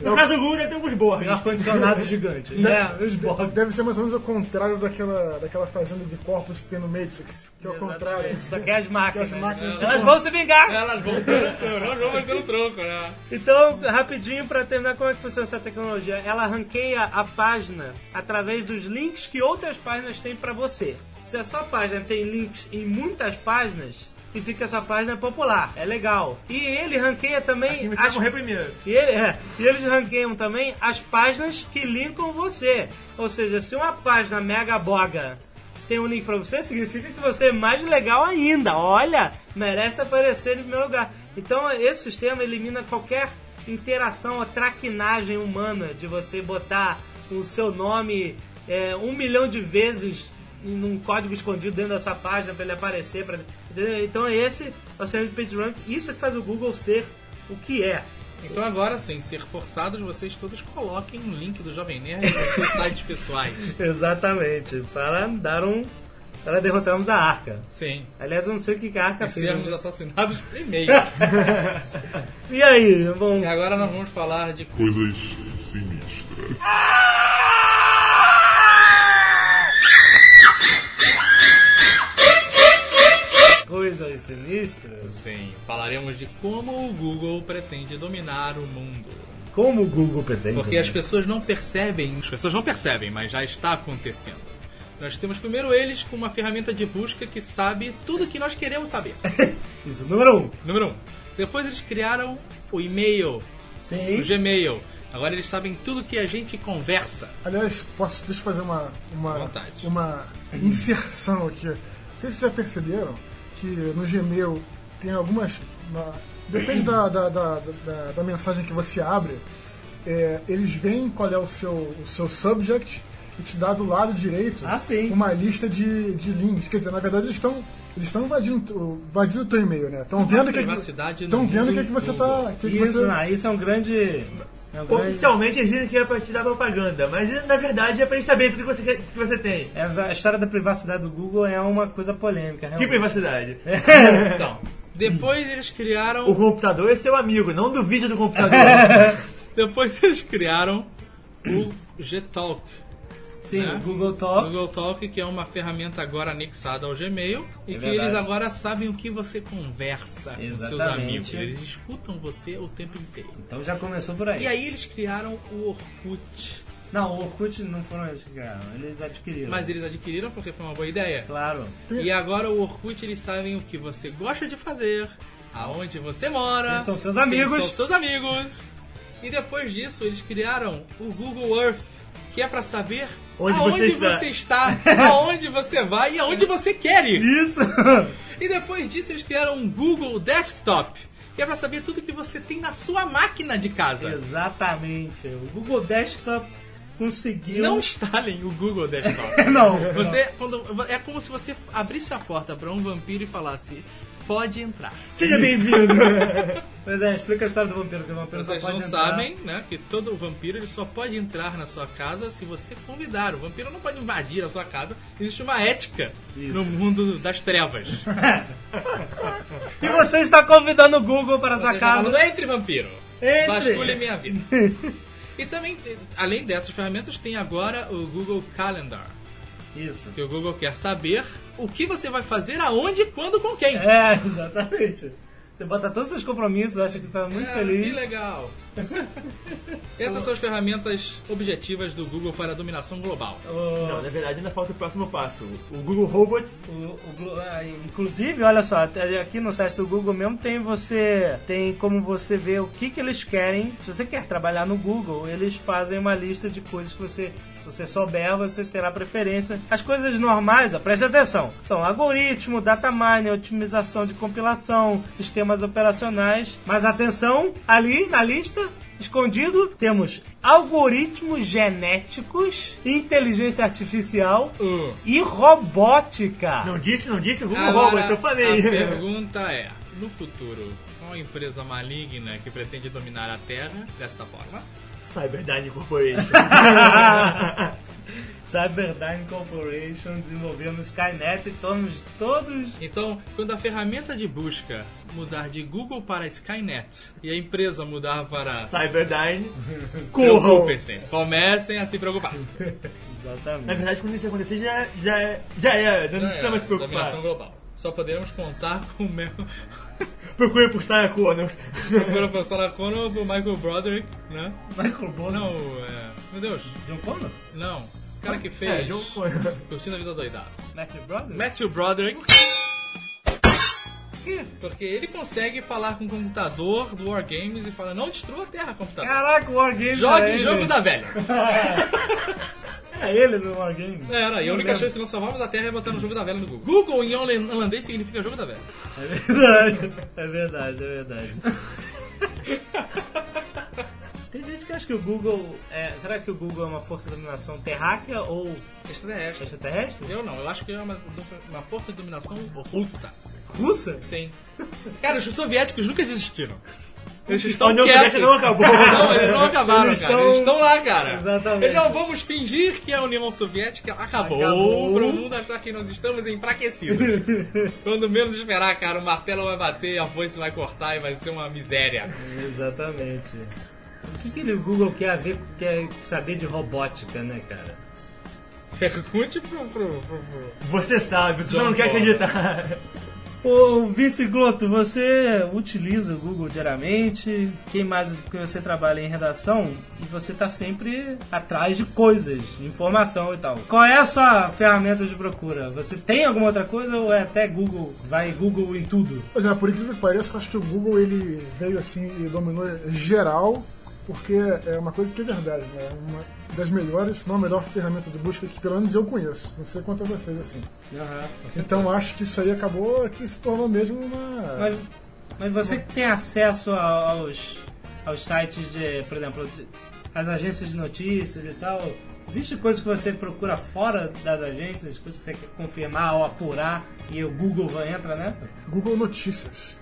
Speaker 10: No caso do Google, deve ter alguns Né? borges.
Speaker 7: Um ar-condicionado gigante. É, os bordos.
Speaker 3: Deve ser mais ou menos o contrário daquela, daquela fazenda de corpos que tem no Matrix. Que é o contrário.
Speaker 7: Isso aqui é as máquinas.
Speaker 3: Que as máquinas
Speaker 7: né?
Speaker 3: ficam-
Speaker 7: Elas vão se vingar.
Speaker 5: Elas vão pelo tronco, elas vão pelo tronco, né?
Speaker 7: Então, rapidinho pra terminar, como é que funciona essa tecnologia? Ela ranqueia a página através dos links que outras páginas têm pra você. Se a sua página tem links em muitas páginas, significa que a sua página é popular, é legal. E ele ranqueia também
Speaker 10: Assim você vai
Speaker 7: as
Speaker 10: morrer primeiro.
Speaker 7: E, ele- é, e eles ranqueiam também as páginas que linkam você. Ou seja, se uma página mega boga tem um link pra você, significa que você é mais legal ainda. Olha, merece aparecer em primeiro lugar. Então esse sistema elimina qualquer interação ou traquinagem humana de você botar o seu nome é, um milhão de vezes em um código escondido dentro da sua página para ele aparecer. Pra, entendeu? Então esse é o serviço de PageRank. Isso é que faz o Google ser o que é.
Speaker 5: Então agora, sem ser forçados, vocês todos coloquem um link do Jovem Nerd nos seus sites pessoais.
Speaker 7: Exatamente, para dar um. Para derrotarmos a arca.
Speaker 5: Sim.
Speaker 7: Aliás, eu não sei o que que a arca
Speaker 5: E sermos
Speaker 7: fez.
Speaker 5: Tá, assassinados primeiro.
Speaker 7: E aí, bom.
Speaker 5: e agora nós vamos falar de
Speaker 1: Coisas sinistras.
Speaker 7: Coisas sinistras.
Speaker 5: Sim, falaremos de como o Google pretende dominar o mundo.
Speaker 7: Como o Google pretende.
Speaker 5: Porque as pessoas não percebem, as pessoas não percebem, mas já está acontecendo. Nós temos primeiro eles com uma ferramenta de busca que sabe tudo que nós queremos saber.
Speaker 7: Isso, número um.
Speaker 5: Número um. Depois eles criaram o e-mail, o
Speaker 7: Sim.
Speaker 5: Gmail. Agora eles sabem tudo que a gente conversa.
Speaker 3: Aliás, posso deixa eu fazer uma
Speaker 5: À
Speaker 3: uma,
Speaker 5: vontade.
Speaker 3: uma inserção aqui. Não sei se vocês já perceberam que no Gmail tem algumas. na- depende da, da, da, da- da mensagem que você abre, é, eles veem qual é o seu, o seu subject e te dá do lado direito
Speaker 7: Ah, sim.
Speaker 3: uma lista de, de links. Quer dizer, na verdade eles estão. Eles estão invadindo, o- invadindo o teu e-mail, né? Estão vendo o que,
Speaker 5: privacidade
Speaker 3: que,
Speaker 5: no
Speaker 3: tão vendo o que,
Speaker 5: mundo
Speaker 3: que você
Speaker 5: todo.
Speaker 3: está... Que que
Speaker 7: Isso,
Speaker 3: você-
Speaker 7: não, isso é um grande. É um grande...
Speaker 10: Oficialmente eles dizem que é pra te dar propaganda, mas na verdade é pra eles saberem tudo que você, quer- que você tem.
Speaker 7: Essa- A história da privacidade do Google é uma coisa polêmica, né?
Speaker 10: Que
Speaker 7: realmente.
Speaker 10: privacidade.
Speaker 5: Então, depois eles
Speaker 10: O
Speaker 5: criaram,
Speaker 10: computador é seu amigo, não duvide do computador.
Speaker 5: depois eles criaram o Gtalk.
Speaker 7: Sim,
Speaker 5: né?
Speaker 7: o Google
Speaker 5: O
Speaker 7: Talk.
Speaker 5: Google Talk, que é uma ferramenta agora anexada ao Gmail, e
Speaker 7: É
Speaker 5: que
Speaker 7: verdade.
Speaker 5: eles agora sabem o que você conversa com seus
Speaker 7: Exatamente.
Speaker 5: amigos. Eles escutam você o tempo inteiro.
Speaker 7: Então já começou por aí.
Speaker 5: E aí eles criaram o Orkut.
Speaker 7: Não, o Orkut não foram eles que criaram, eles adquiriram.
Speaker 5: Mas eles adquiriram porque foi uma boa ideia.
Speaker 7: Claro.
Speaker 5: E agora o Orkut eles sabem o que você gosta de fazer, aonde você mora,
Speaker 7: Quem são seus
Speaker 5: quem
Speaker 7: amigos.
Speaker 5: são seus amigos. E depois disso eles criaram o Google Earth, que é pra saber
Speaker 10: Onde você
Speaker 5: aonde
Speaker 10: está.
Speaker 5: você está, aonde você vai e aonde você quer ir.
Speaker 7: Isso!
Speaker 5: E depois disso eles criaram um Google Desktop, que é pra saber tudo que você tem na sua máquina de casa.
Speaker 7: Exatamente. O Google Desktop conseguiu.
Speaker 5: Não instalem o Google Desktop.
Speaker 7: não.
Speaker 5: Você, quando, é como se você abrisse a porta pra um vampiro e falasse, pode entrar.
Speaker 10: Seja bem-vindo.
Speaker 7: Pois é, explica a história do vampiro, que o vampiro
Speaker 5: Vocês
Speaker 7: só pode
Speaker 5: não
Speaker 7: entrar.
Speaker 5: sabem, né, que todo vampiro ele só pode entrar na sua casa se você convidar. O vampiro não pode invadir a sua casa. Existe uma ética no mundo das trevas.
Speaker 7: E você está convidando o Google para
Speaker 5: Vocês
Speaker 7: essa
Speaker 5: falam,
Speaker 7: casa.
Speaker 5: Entre, vampiro!
Speaker 7: Entre."
Speaker 5: Vasculhe minha vida. e também, além dessas ferramentas, tem agora o Google Calendar.
Speaker 7: Isso.
Speaker 5: Que o Google quer saber o que você vai fazer, aonde, quando, com quem.
Speaker 7: É, exatamente. Você bota todos os seus compromissos, acha que está muito
Speaker 5: Ah, Que
Speaker 7: feliz.
Speaker 5: legal! Essas são as ferramentas objetivas do Google para a dominação global.
Speaker 10: Não, na verdade ainda falta o próximo passo. O Google Robots
Speaker 7: O- o Glo- ah, inclusive, olha só, até aqui no site do Google mesmo tem você tem como você ver o que, que eles querem. Se você quer trabalhar no Google, eles fazem uma lista de coisas que você se você souber, você terá preferência. As coisas normais, ó, preste atenção, são algoritmo, data mining, otimização de compilação, sistemas operacionais. Mas atenção, ali na lista, escondido, temos algoritmos genéticos, inteligência artificial
Speaker 5: Uh.
Speaker 7: e robótica.
Speaker 10: Não disse, não disse, o Google
Speaker 5: Agora,
Speaker 10: Robots, eu falei.
Speaker 5: A pergunta é: no futuro, qual empresa maligna que pretende dominar a Terra desta forma?
Speaker 10: Cyberdyne Corporation.
Speaker 7: Cyberdyne Corporation desenvolvendo Skynet e todos, todos
Speaker 5: Então, quando a ferramenta de busca mudar de Google para Skynet e a empresa mudar para.
Speaker 10: Cyberdyne. Corram.
Speaker 5: Preocupem-se, comecem a se preocupar.
Speaker 10: Na
Speaker 7: exatamente.
Speaker 10: verdade, quando isso acontecer, já, já, é- já era. Não,
Speaker 5: Não
Speaker 10: precisa mais se preocupar.
Speaker 5: é. Dominação global. Só poderemos contar com o meu.
Speaker 10: Procure por Sarah Connor.
Speaker 5: Procura o Sarah Connor ou pro Michael Broderick, né?
Speaker 7: Michael Bono.
Speaker 5: Não, é. Meu Deus,
Speaker 7: John Connor?
Speaker 5: não. O cara que fez.
Speaker 10: É, John Connor.
Speaker 5: Curtindo a vida doidada.
Speaker 7: Matthew Brothers?
Speaker 5: Matthew Broderick.
Speaker 7: quê?
Speaker 5: Porque ele consegue falar com o computador do Wargames e fala: não destrua a terra, computador.
Speaker 7: Caraca, o Wargame
Speaker 5: Jogue
Speaker 7: era
Speaker 5: o jogo
Speaker 7: É ele.
Speaker 5: da velha.
Speaker 7: Era ele no Wargame.
Speaker 5: É, Era, e a
Speaker 7: Não
Speaker 5: única
Speaker 7: lembro.
Speaker 5: chance de nós salvarmos a terra é botar no jogo da velha no Google. Google em holan- holandês significa jogo da velha.
Speaker 7: É verdade, é verdade, é verdade. Tem gente que acha que o Google. É, será que o Google é uma força de dominação terráquea ou
Speaker 5: Extraterrestre.
Speaker 7: extraterrestre?
Speaker 5: é Eu não, eu acho que é uma, uma força de dominação russa.
Speaker 7: Russa?
Speaker 5: Sim. Cara, os soviéticos nunca desistiram. Eles
Speaker 10: A
Speaker 5: estão
Speaker 10: União
Speaker 5: quietos.
Speaker 10: Soviética não acabou.
Speaker 5: Não, eles não acabaram,
Speaker 7: Eles
Speaker 5: cara.
Speaker 7: estão-
Speaker 5: Eles estão lá, cara.
Speaker 7: Exatamente.
Speaker 5: Eles não vamos fingir que a União Soviética acabou,
Speaker 7: Acabou.
Speaker 5: pro mundo achar que nós estamos enfraquecidos. Quando menos esperar, cara, o martelo vai bater, a foice vai cortar e vai ser uma miséria.
Speaker 7: Exatamente. O que, que ele- o Google quer, ver, quer saber de robótica, né, cara?
Speaker 5: Pergunte pro... pro, pro, pro.
Speaker 10: Você sabe, você só não
Speaker 5: John
Speaker 10: quer
Speaker 5: Connor.
Speaker 10: acreditar.
Speaker 7: Ô, Vice Gloto, você utiliza o Google diariamente? Quem mais que você trabalha em redação e você tá sempre atrás de coisas, de informação e tal. Qual é a sua ferramenta de procura? Você tem alguma outra coisa ou é até Google? Vai Google em tudo?
Speaker 3: Pois é, por incrível que pareça, eu acho que o Google ele veio assim e dominou geral, porque é uma coisa que é verdade, né? É Uma das melhores, se não a melhor ferramenta de busca que pelo menos eu conheço. Não sei quanto a vocês assim. Então acho que isso aí acabou que se tornou mesmo uma.
Speaker 7: Mas, mas você que tem acesso a- aos, aos sites de, por exemplo, de- as agências de notícias e tal, existe coisa que você procura fora das agências, coisa que você quer confirmar ou apurar e o Google vai- entra nessa?
Speaker 3: Google Notícias.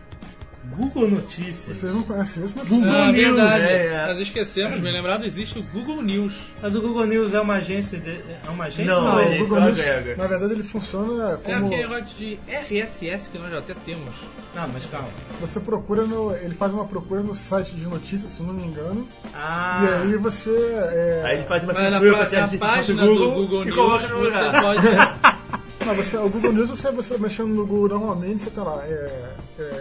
Speaker 7: Google Notícias.
Speaker 3: Vocês não conhecem isso, não é
Speaker 7: Google
Speaker 3: possível.
Speaker 5: Ah,
Speaker 7: News.
Speaker 5: verdade.
Speaker 10: É, é.
Speaker 5: Nós esquecemos, bem lembrado, existe o Google News.
Speaker 7: Mas o Google News é uma agência de, é uma agência?
Speaker 10: Não,
Speaker 7: ou
Speaker 3: Não,
Speaker 7: é-
Speaker 10: ele
Speaker 3: o Google
Speaker 10: só
Speaker 3: News,
Speaker 10: agrega.
Speaker 3: na verdade, ele funciona
Speaker 5: É
Speaker 3: como.
Speaker 5: aquele negócio de RSS que nós já até temos.
Speaker 7: Não, mas calma.
Speaker 3: Você procura no. Ele faz uma procura no site de notícias, se não me engano.
Speaker 7: Ah,
Speaker 3: E aí você. é,
Speaker 10: Aí ele faz uma
Speaker 5: Mas na,
Speaker 10: censura
Speaker 5: pró-
Speaker 10: pra tirar
Speaker 5: na
Speaker 10: notícias
Speaker 5: página
Speaker 10: do
Speaker 5: do Google
Speaker 10: e
Speaker 5: News
Speaker 10: coloca no
Speaker 5: você
Speaker 10: lugar.
Speaker 5: pode.
Speaker 3: Não, você, o Google News, você, você mexendo no Google normalmente, você tá lá, é,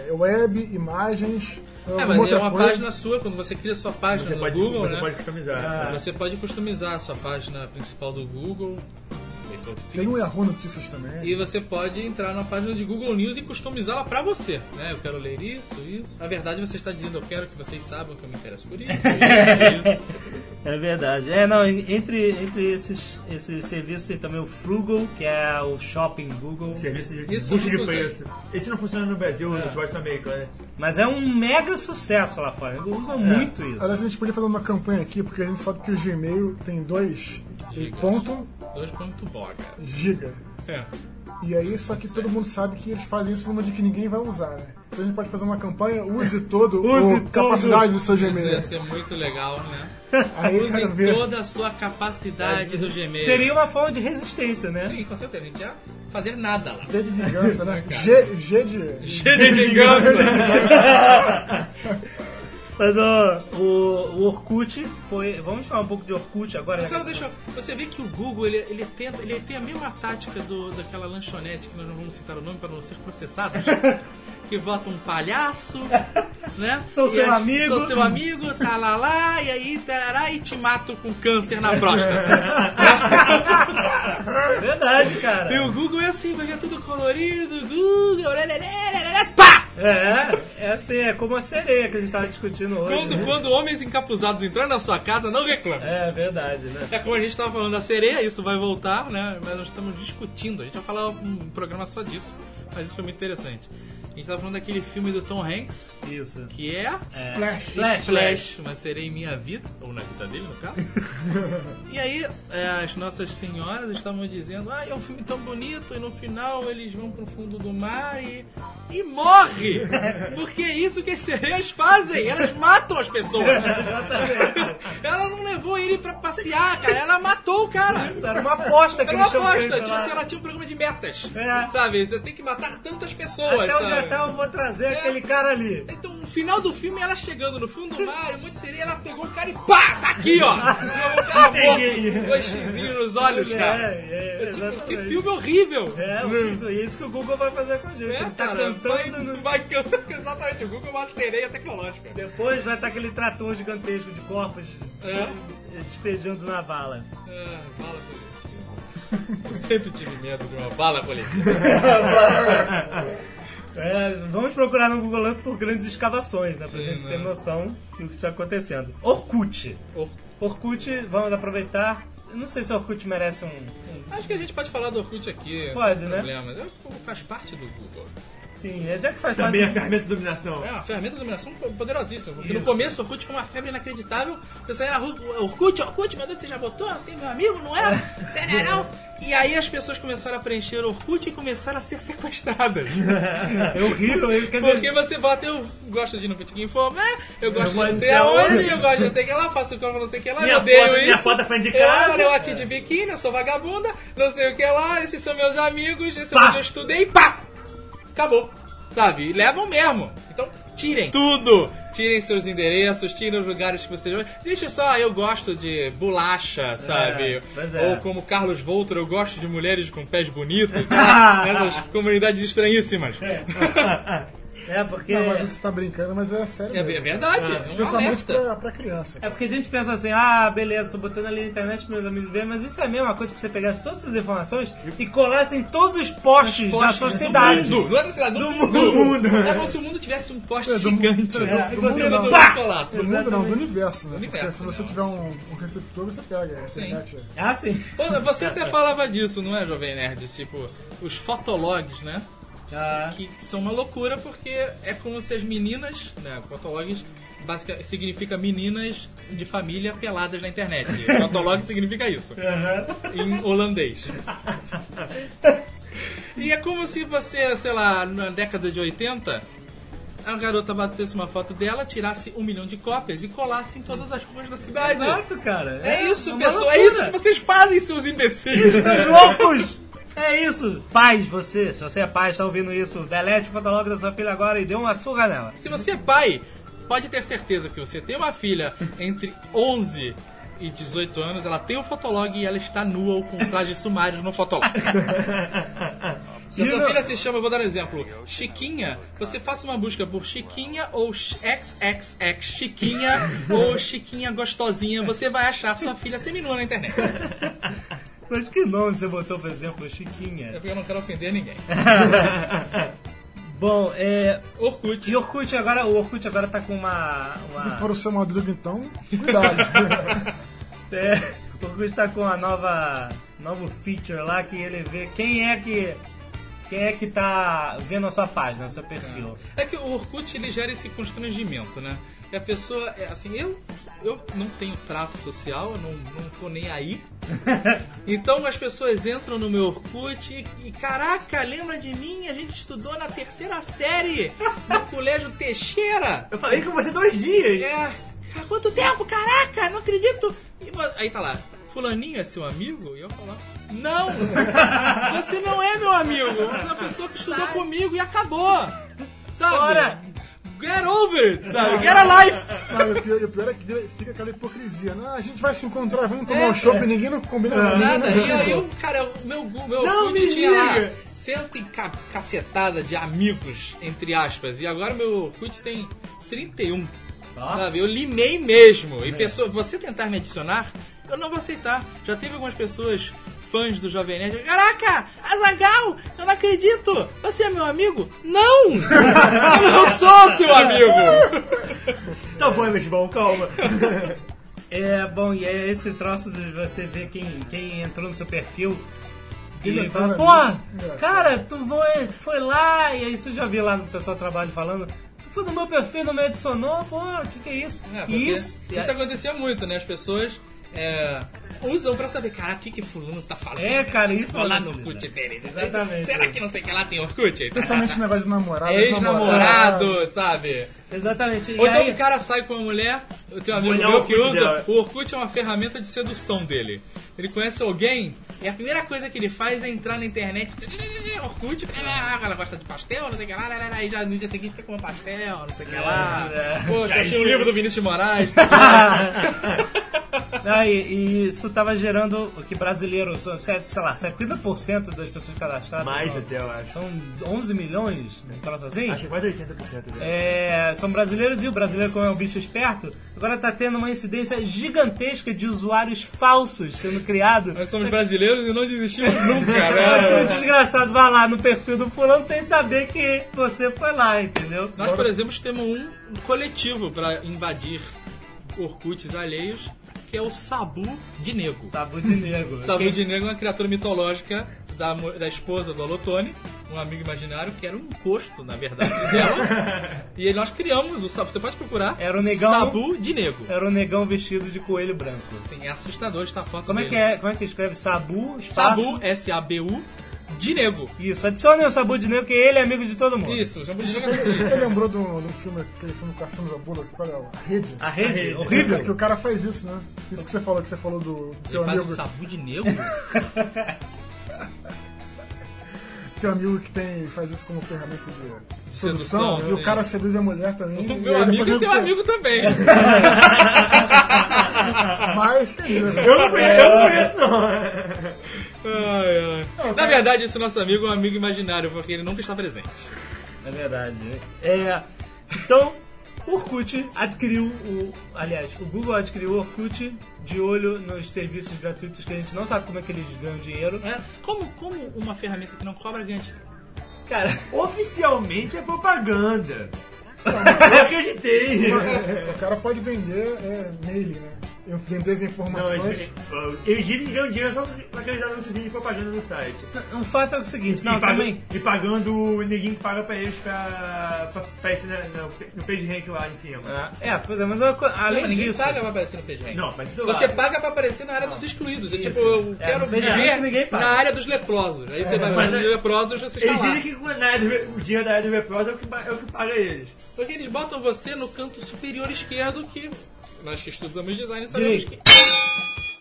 Speaker 3: é web, imagens,
Speaker 5: É,
Speaker 3: alguma
Speaker 5: mas é
Speaker 3: outra
Speaker 5: uma
Speaker 3: coisa.
Speaker 5: página sua, quando você cria sua página
Speaker 10: Você
Speaker 5: no
Speaker 10: pode,
Speaker 5: Google,
Speaker 10: você
Speaker 5: né?
Speaker 10: pode Ah. customizar.
Speaker 5: Você pode customizar a sua página principal do Google. leitor de
Speaker 3: Tem um
Speaker 5: feeds.
Speaker 3: Yahoo Notícias também.
Speaker 5: E você pode entrar na página de Google News e customizá-la pra você, né? Eu quero ler isso, isso. Na verdade, você está dizendo eu quero que vocês saibam que eu me interesso por isso, isso, isso.
Speaker 7: É verdade. É, não, entre, entre esses, esses serviços tem também o Frugal, que é o shopping Google.
Speaker 10: Serviço de
Speaker 5: Isso
Speaker 10: busca
Speaker 5: eu
Speaker 10: de
Speaker 5: não
Speaker 10: preço. Esse não funciona no Brasil, nos bairros americanos. né?
Speaker 7: Mas é um mega sucesso lá fora. Eles
Speaker 5: É.
Speaker 7: usam muito
Speaker 3: Aliás,
Speaker 7: isso.
Speaker 3: a gente podia fazer uma campanha aqui, porque a gente sabe que o Gmail tem dois
Speaker 5: Gigas.
Speaker 3: ponto
Speaker 5: 2.boga.
Speaker 3: giga.
Speaker 5: É.
Speaker 3: E aí, só que todo mundo sabe que eles fazem isso numa de que ninguém vai usar, né? Então a gente pode fazer uma campanha, use todo
Speaker 7: Use
Speaker 3: a
Speaker 7: todo.
Speaker 3: capacidade do seu
Speaker 5: Isso
Speaker 3: Gmail.
Speaker 5: ia ser muito legal, né?
Speaker 3: Aí,
Speaker 5: Usem
Speaker 3: cara, vê.
Speaker 5: toda a sua capacidade do Gmail.
Speaker 7: Seria uma forma de resistência, né?
Speaker 5: Sim, com certeza. A gente ia fazer nada lá.
Speaker 3: G de vingança, né? G, G de.
Speaker 5: Cheio de vingança.
Speaker 7: Mas ó, o, o Orkut foi. Vamos falar um pouco de Orkut agora.
Speaker 5: Marcelo, deixa eu- Você vê que o Google, ele, ele, tenta, ele tem a mesma tática do, daquela lanchonete, que nós não vamos citar o nome para não ser processados, que vota um palhaço, né?
Speaker 7: Sou
Speaker 5: E
Speaker 7: seu
Speaker 5: aí-
Speaker 7: amigo.
Speaker 5: Sou seu amigo, tá lá lá, e aí, tarará, e te mato com câncer na próstata.
Speaker 7: É Verdade,
Speaker 5: E
Speaker 7: cara.
Speaker 5: o Google é assim, vai ficar tudo colorido, Google, lelelelelele, pá!
Speaker 7: É, é assim, é como a sereia que a gente tava discutindo hoje.
Speaker 5: Quando,
Speaker 7: né?
Speaker 5: quando homens encapuzados entrarem na sua casa, não reclame.
Speaker 7: É verdade, né?
Speaker 5: É como a gente tava falando da sereia, isso vai voltar, né? Mas nós estamos discutindo, a gente vai falar um programa só disso, mas isso foi muito interessante. A gente tava falando daquele filme do Tom Hanks,
Speaker 7: Isso.
Speaker 5: que é
Speaker 3: Flash.
Speaker 5: Flash, mas serei em minha vida, ou na vida dele, no caso. e aí, é, as nossas senhoras estavam dizendo, ah, é um filme tão bonito, e no final eles vão pro fundo do mar e, e morre! Porque é isso que as sereias fazem, elas matam as pessoas. ela não levou ele pra passear, cara, ela matou o cara.
Speaker 7: Isso era uma aposta que
Speaker 5: Era uma
Speaker 7: eles tinham
Speaker 5: aposta,
Speaker 7: feito
Speaker 5: tipo,
Speaker 7: lá.
Speaker 5: assim, ela tinha um programa de metas,
Speaker 7: É.
Speaker 5: sabe? Você tem que matar tantas pessoas,
Speaker 7: Até o Natal
Speaker 5: sabe?
Speaker 7: eu vou trazer
Speaker 5: É.
Speaker 7: aquele cara ali.
Speaker 5: Então, no final do filme, ela chegando no fundo do mar, um monte de sereia, ela pegou o cara e pá! Tá aqui, ó! Jogou o cara morto, dois xizinhos nos olhos, cara.
Speaker 7: É, é,
Speaker 5: Tipo, que
Speaker 7: exatamente.
Speaker 5: filme horrível!
Speaker 7: É, horrível. E é isso que o Google vai fazer com a gente.
Speaker 5: Hum. É,
Speaker 7: Ele tá
Speaker 5: cara, vai,
Speaker 7: cantando no...
Speaker 5: vai cantando exatamente. O Google é uma sereia tecnológica.
Speaker 7: Depois vai estar aquele trator gigantesco de corpos eh,
Speaker 5: É.
Speaker 7: despejando na vala.
Speaker 5: Ah, bala política. Eu sempre tive medo de uma bala política.
Speaker 7: É, vamos procurar no Google Earth por grandes escavações, né? Pra
Speaker 5: Sim,
Speaker 7: gente
Speaker 5: né?
Speaker 7: ter noção do que está acontecendo. Orkut. Orkut, vamos aproveitar. Eu Não sei se Orkut merece um. um-
Speaker 5: Acho que a gente pode falar do Orkut aqui.
Speaker 7: Pode,
Speaker 5: sem
Speaker 7: né?
Speaker 5: Problemas. É, faz parte do Google.
Speaker 7: Sim, é, já que faz
Speaker 10: Também a
Speaker 7: parte.
Speaker 10: ferramenta de dominação.
Speaker 5: É uma ferramenta de dominação poderosíssima. Porque no
Speaker 7: Isso.
Speaker 5: começo o Orkut foi uma febre inacreditável. Você saía na rua, Orkut, Orkut, meu Deus, você já botou assim, meu amigo, não era? Tererão. E aí as pessoas começaram a preencher o Orkut e começaram a ser sequestradas.
Speaker 7: É horrível, ele quer dizer.
Speaker 5: Porque você bota, eu gosto de ir no Petit Informe, eu gosto de
Speaker 10: gosto
Speaker 5: não
Speaker 10: de
Speaker 5: sei
Speaker 10: ser
Speaker 5: aonde,
Speaker 10: aonde.
Speaker 5: eu gosto de não sei o que lá, faço compra não sei o que lá,
Speaker 10: Minha
Speaker 5: eu odeio
Speaker 10: foto-
Speaker 5: isso.
Speaker 10: minha foto foi de
Speaker 5: Eu,
Speaker 10: casa.
Speaker 5: olha, eu aqui de biquíni, eu sou vagabunda, não sei o que lá, esses são meus amigos, esse é onde eu estudei, pá! Acabou. Sabe? E levam mesmo. Então, tirem tudo! Tirem seus endereços, tirem os lugares que vocês vão. Deixa só, eu gosto de bolacha, sabe?
Speaker 7: pois é.
Speaker 5: Ou como Carlos Voltor, eu gosto de mulheres com pés bonitos, sabe? Essas comunidades estranhíssimas.
Speaker 7: É, porque.
Speaker 3: Não, mas você tá brincando, mas é sério.
Speaker 5: É,
Speaker 3: mesmo.
Speaker 5: é verdade, é, um
Speaker 3: Especialmente
Speaker 5: alerta.
Speaker 3: pra, pra criança.
Speaker 7: É porque a gente pensa assim, ah, beleza, tô botando ali na internet meus amigos verem, mas isso é a mesma coisa que você pegasse todas as informações e colasse em todos os postes, da
Speaker 5: Postes
Speaker 7: sua
Speaker 5: do
Speaker 7: cidade.
Speaker 5: mundo, Não é da cidade, do mundo.
Speaker 10: mundo.
Speaker 5: É como se o mundo tivesse um poste
Speaker 3: É, do mundo,
Speaker 5: gigante.
Speaker 3: é, do-
Speaker 5: É,
Speaker 3: do
Speaker 5: e você
Speaker 3: mundo,
Speaker 5: não
Speaker 3: não.
Speaker 5: vai colar.
Speaker 3: Do mundo não, do universo, né? Porque
Speaker 5: universo,
Speaker 3: se você
Speaker 5: não.
Speaker 3: tiver um, um receptor, você pega. A internet é.
Speaker 7: Ah, sim.
Speaker 5: Pô, Você até falava disso, não é, Jovem Nerd? Tipo, os fotologs, né?
Speaker 7: Ah,
Speaker 5: Que são uma loucura porque é como se as meninas, né? Fotologs basica, significa meninas de família peladas na internet. Fotolog significa isso. Em holandês. E é como se você, sei lá, na década de 80, a garota batesse uma foto dela, tirasse um milhão de cópias e colasse em todas as ruas da cidade.
Speaker 7: exato, cara.
Speaker 5: É isso,
Speaker 7: uma
Speaker 5: pessoal. É
Speaker 7: loucura.
Speaker 5: isso que vocês fazem, seus imbecis.
Speaker 7: Seus loucos! É isso, pais, você, se você é pai, está ouvindo isso, delete o fotólogo da sua filha agora e dê uma surra nela.
Speaker 5: Se você é pai, pode ter certeza que você tem uma filha entre 11 e 18 anos, ela tem o fotolog e ela está nua ou com trajes sumários no fotolog. Se a sua filha se chama, eu vou dar um exemplo, Chiquinha, você faça uma busca por Chiquinha ou XXX Chiquinha ou Chiquinha Gostosinha, você vai achar sua filha seminua na internet.
Speaker 7: Mas que nome você botou, por exemplo, Chiquinha?
Speaker 5: É porque eu não quero ofender ninguém.
Speaker 7: Bom, é.
Speaker 5: Orkut.
Speaker 7: E Orkut agora, o Orkut agora tá com uma.
Speaker 3: Se
Speaker 7: uma...
Speaker 3: for o seu madruga, então, cuidado.
Speaker 7: É, o Augusto tá com uma nova novo feature lá que ele vê quem é que quem é que tá vendo a sua página, o seu perfil.
Speaker 5: É que o Orkut ele gera esse constrangimento, né? E a pessoa, é assim, eu, eu não tenho trato social, eu não, não tô nem aí. então as pessoas entram no meu Orkut e, e, caraca, lembra de mim? A gente estudou na terceira série no colégio Teixeira.
Speaker 10: Eu falei com você dois dias.
Speaker 5: É, há quanto tempo, caraca, não acredito. E vo- aí tá lá, fulaninho é seu amigo? E eu falar, não, você não é meu amigo. Você é uma pessoa que estudou comigo e acabou. Sabe?
Speaker 10: Fora.
Speaker 5: Get over it, sabe? Get a life.
Speaker 3: Não, e o pior, e o pior é que vira- fica aquela hipocrisia. Não, a gente vai se encontrar, vamos tomar um chopp e ninguém não combina ninguém
Speaker 5: É.
Speaker 3: né?
Speaker 5: Nada.
Speaker 3: não
Speaker 5: E aí,
Speaker 3: combina.
Speaker 5: eu, cara, o meu, gu- meu
Speaker 10: Não
Speaker 5: Orkut
Speaker 10: me
Speaker 5: tinha lá
Speaker 10: diga.
Speaker 5: cento e ca- cacetada de amigos, entre aspas. E agora meu Orkut tem 31.
Speaker 7: Tá.
Speaker 5: Sabe? Eu limei mesmo.
Speaker 7: É.
Speaker 5: E pessoa, você tentar me adicionar, eu não vou aceitar. Já teve algumas pessoas fãs do Jovem Nerd. Caraca, Azagal, eu não acredito. Você é meu amigo? Não! eu não sou seu amigo.
Speaker 10: Tá bom, meu irmão, calma.
Speaker 7: É, bom, e é esse troço de você ver quem, quem entrou no seu perfil.
Speaker 3: Ele
Speaker 7: E
Speaker 3: entrou
Speaker 7: fala,
Speaker 3: na
Speaker 7: pô,
Speaker 3: minha.
Speaker 7: cara, tu foi, foi lá, e aí você já viu lá no pessoal do trabalho falando, tu foi no meu perfil, não me adicionou, pô, o que, que é isso?
Speaker 5: É, porque
Speaker 7: E isso,
Speaker 5: isso acontecia muito, né? As pessoas é, usam pra saber, cara, o que que fulano tá falando?
Speaker 7: É, cara, isso
Speaker 5: Vou lá
Speaker 7: é
Speaker 5: no
Speaker 7: mentira.
Speaker 5: Orkut dele. né?
Speaker 7: Exatamente.
Speaker 5: Será que não sei o que lá tem Orkut?
Speaker 3: Especialmente no negócio de namorado.
Speaker 5: É ex-namorado, sabe?
Speaker 7: exatamente. E
Speaker 5: Ou então
Speaker 7: aí,
Speaker 5: o cara sai com uma mulher, eu tenho um amigo
Speaker 10: Olhar o
Speaker 5: meu que
Speaker 10: Orkut
Speaker 5: usa,
Speaker 10: dela.
Speaker 5: o Orkut é uma ferramenta de sedução dele. Ele conhece alguém e a primeira coisa que ele faz é entrar na internet, Orkut, ah, ela gosta de pastel, não sei o que lá, lá, lá, lá, e já no dia seguinte fica com um pastel, não sei o que lá. Poxa, achei um livro do Vinícius de Moraes. sei lá.
Speaker 7: Ah, e, e isso tava gerando o que brasileiro, são sete- sei lá, 70% das pessoas cadastradas.
Speaker 10: Mais
Speaker 7: não,
Speaker 10: até, eu acho.
Speaker 7: São 11 milhões, um troço assim?
Speaker 10: Acho que quase 80%. né?
Speaker 7: É, são brasileiros e o brasileiro, como é um bicho esperto, agora tá tendo uma incidência gigantesca de usuários falsos sendo criados.
Speaker 5: Nós somos brasileiros e não desistimos nunca,
Speaker 7: O
Speaker 5: né?
Speaker 7: desgraçado vai lá no perfil do fulano sem saber que você foi lá, entendeu?
Speaker 5: Nós, por exemplo, temos um coletivo pra invadir Orkuts alheios, que é o Sabu de Nego.
Speaker 7: Sabu de nego.
Speaker 5: Sabu
Speaker 7: Tá. Quem-
Speaker 5: de Negro é uma criatura mitológica da, mu- da esposa do Alotone, um amigo imaginário que era um encosto, na verdade, dela. e aí nós criamos o Sabu. Você pode procurar.
Speaker 7: Era o negão-
Speaker 5: Sabu de Negro.
Speaker 7: Era um negão vestido de coelho branco.
Speaker 5: Assim, é assustador esta foto
Speaker 7: Como é
Speaker 5: dele.
Speaker 7: que é? Como é que escreve Sabu? espaço-
Speaker 5: Sabu, é. S-A-B-U, de Negro.
Speaker 7: Isso, adicionem o Sabu de nego que ele é amigo de todo mundo.
Speaker 5: Isso, Sabu de
Speaker 3: Você
Speaker 5: Negro.
Speaker 3: lembrou do, do filme, aquele filme Caçando Jabula, qual é? A rede?
Speaker 7: A rede,
Speaker 3: Horrível. Que
Speaker 7: horrível.
Speaker 3: o cara faz isso, né? Isso que você falou, que você falou do
Speaker 5: Ele
Speaker 3: teu
Speaker 5: faz um
Speaker 3: amigo,
Speaker 5: Sabu de Negro?
Speaker 3: teu amigo que tem, faz isso como ferramenta de
Speaker 5: Sedução,
Speaker 3: sedução, e
Speaker 5: sim.
Speaker 3: o cara seduz a mulher também. e
Speaker 5: Meu
Speaker 3: aí
Speaker 5: amigo
Speaker 3: depois
Speaker 5: e
Speaker 3: ele-
Speaker 5: teu amigo também.
Speaker 3: Mas, quer dizer, né?
Speaker 10: Eu não conheço, eu não conheço, não.
Speaker 5: Ai, ai. Na verdade, esse nosso amigo é um amigo imaginário, porque ele nunca está presente.
Speaker 7: É verdade. É, então, o Orkut adquiriu o. Aliás, o Google adquiriu o Orkut de olho nos serviços gratuitos que a gente não sabe como é que eles ganham dinheiro.
Speaker 5: É, Como, como uma ferramenta que não cobra ganha dinheiro?
Speaker 7: Cara,
Speaker 10: Oficialmente é propaganda. Eu acreditei.
Speaker 3: O cara pode vender é, mail, né? Eu vender as
Speaker 10: Não,
Speaker 5: é
Speaker 3: informações.
Speaker 10: eles, eles dizem que ganham dinheiro só pra aqueles anúncios de propaganda no site.
Speaker 7: um fato é o seguinte, não,
Speaker 10: e, paga-
Speaker 7: também.
Speaker 10: tá e pagando o neguinho que paga pra eles pra, pra, pra esse, né, no, no page rank lá em cima.
Speaker 7: Ah, É, pois é, mas é uma co- além
Speaker 5: Não, ninguém
Speaker 7: disso.
Speaker 5: paga pra aparecer no PGR.
Speaker 10: Não, mas isso
Speaker 5: Você
Speaker 10: lá-
Speaker 5: paga pra aparecer na área dos excluídos. É
Speaker 7: Isso.
Speaker 5: tipo, eu
Speaker 7: É,
Speaker 5: quero
Speaker 7: no PGR que ninguém
Speaker 5: ver
Speaker 7: paga.
Speaker 5: na área dos leprosos. Aí você vai
Speaker 10: Mas
Speaker 5: ver
Speaker 10: é-
Speaker 5: os leprosos você está
Speaker 10: Eles
Speaker 5: lá.
Speaker 10: dizem que na área do- o dinheiro da área do Repros é o que, ba- é o que paga eles.
Speaker 5: Porque eles botam você no canto superior esquerdo que... Nós que estudamos design sabemos
Speaker 7: Direito.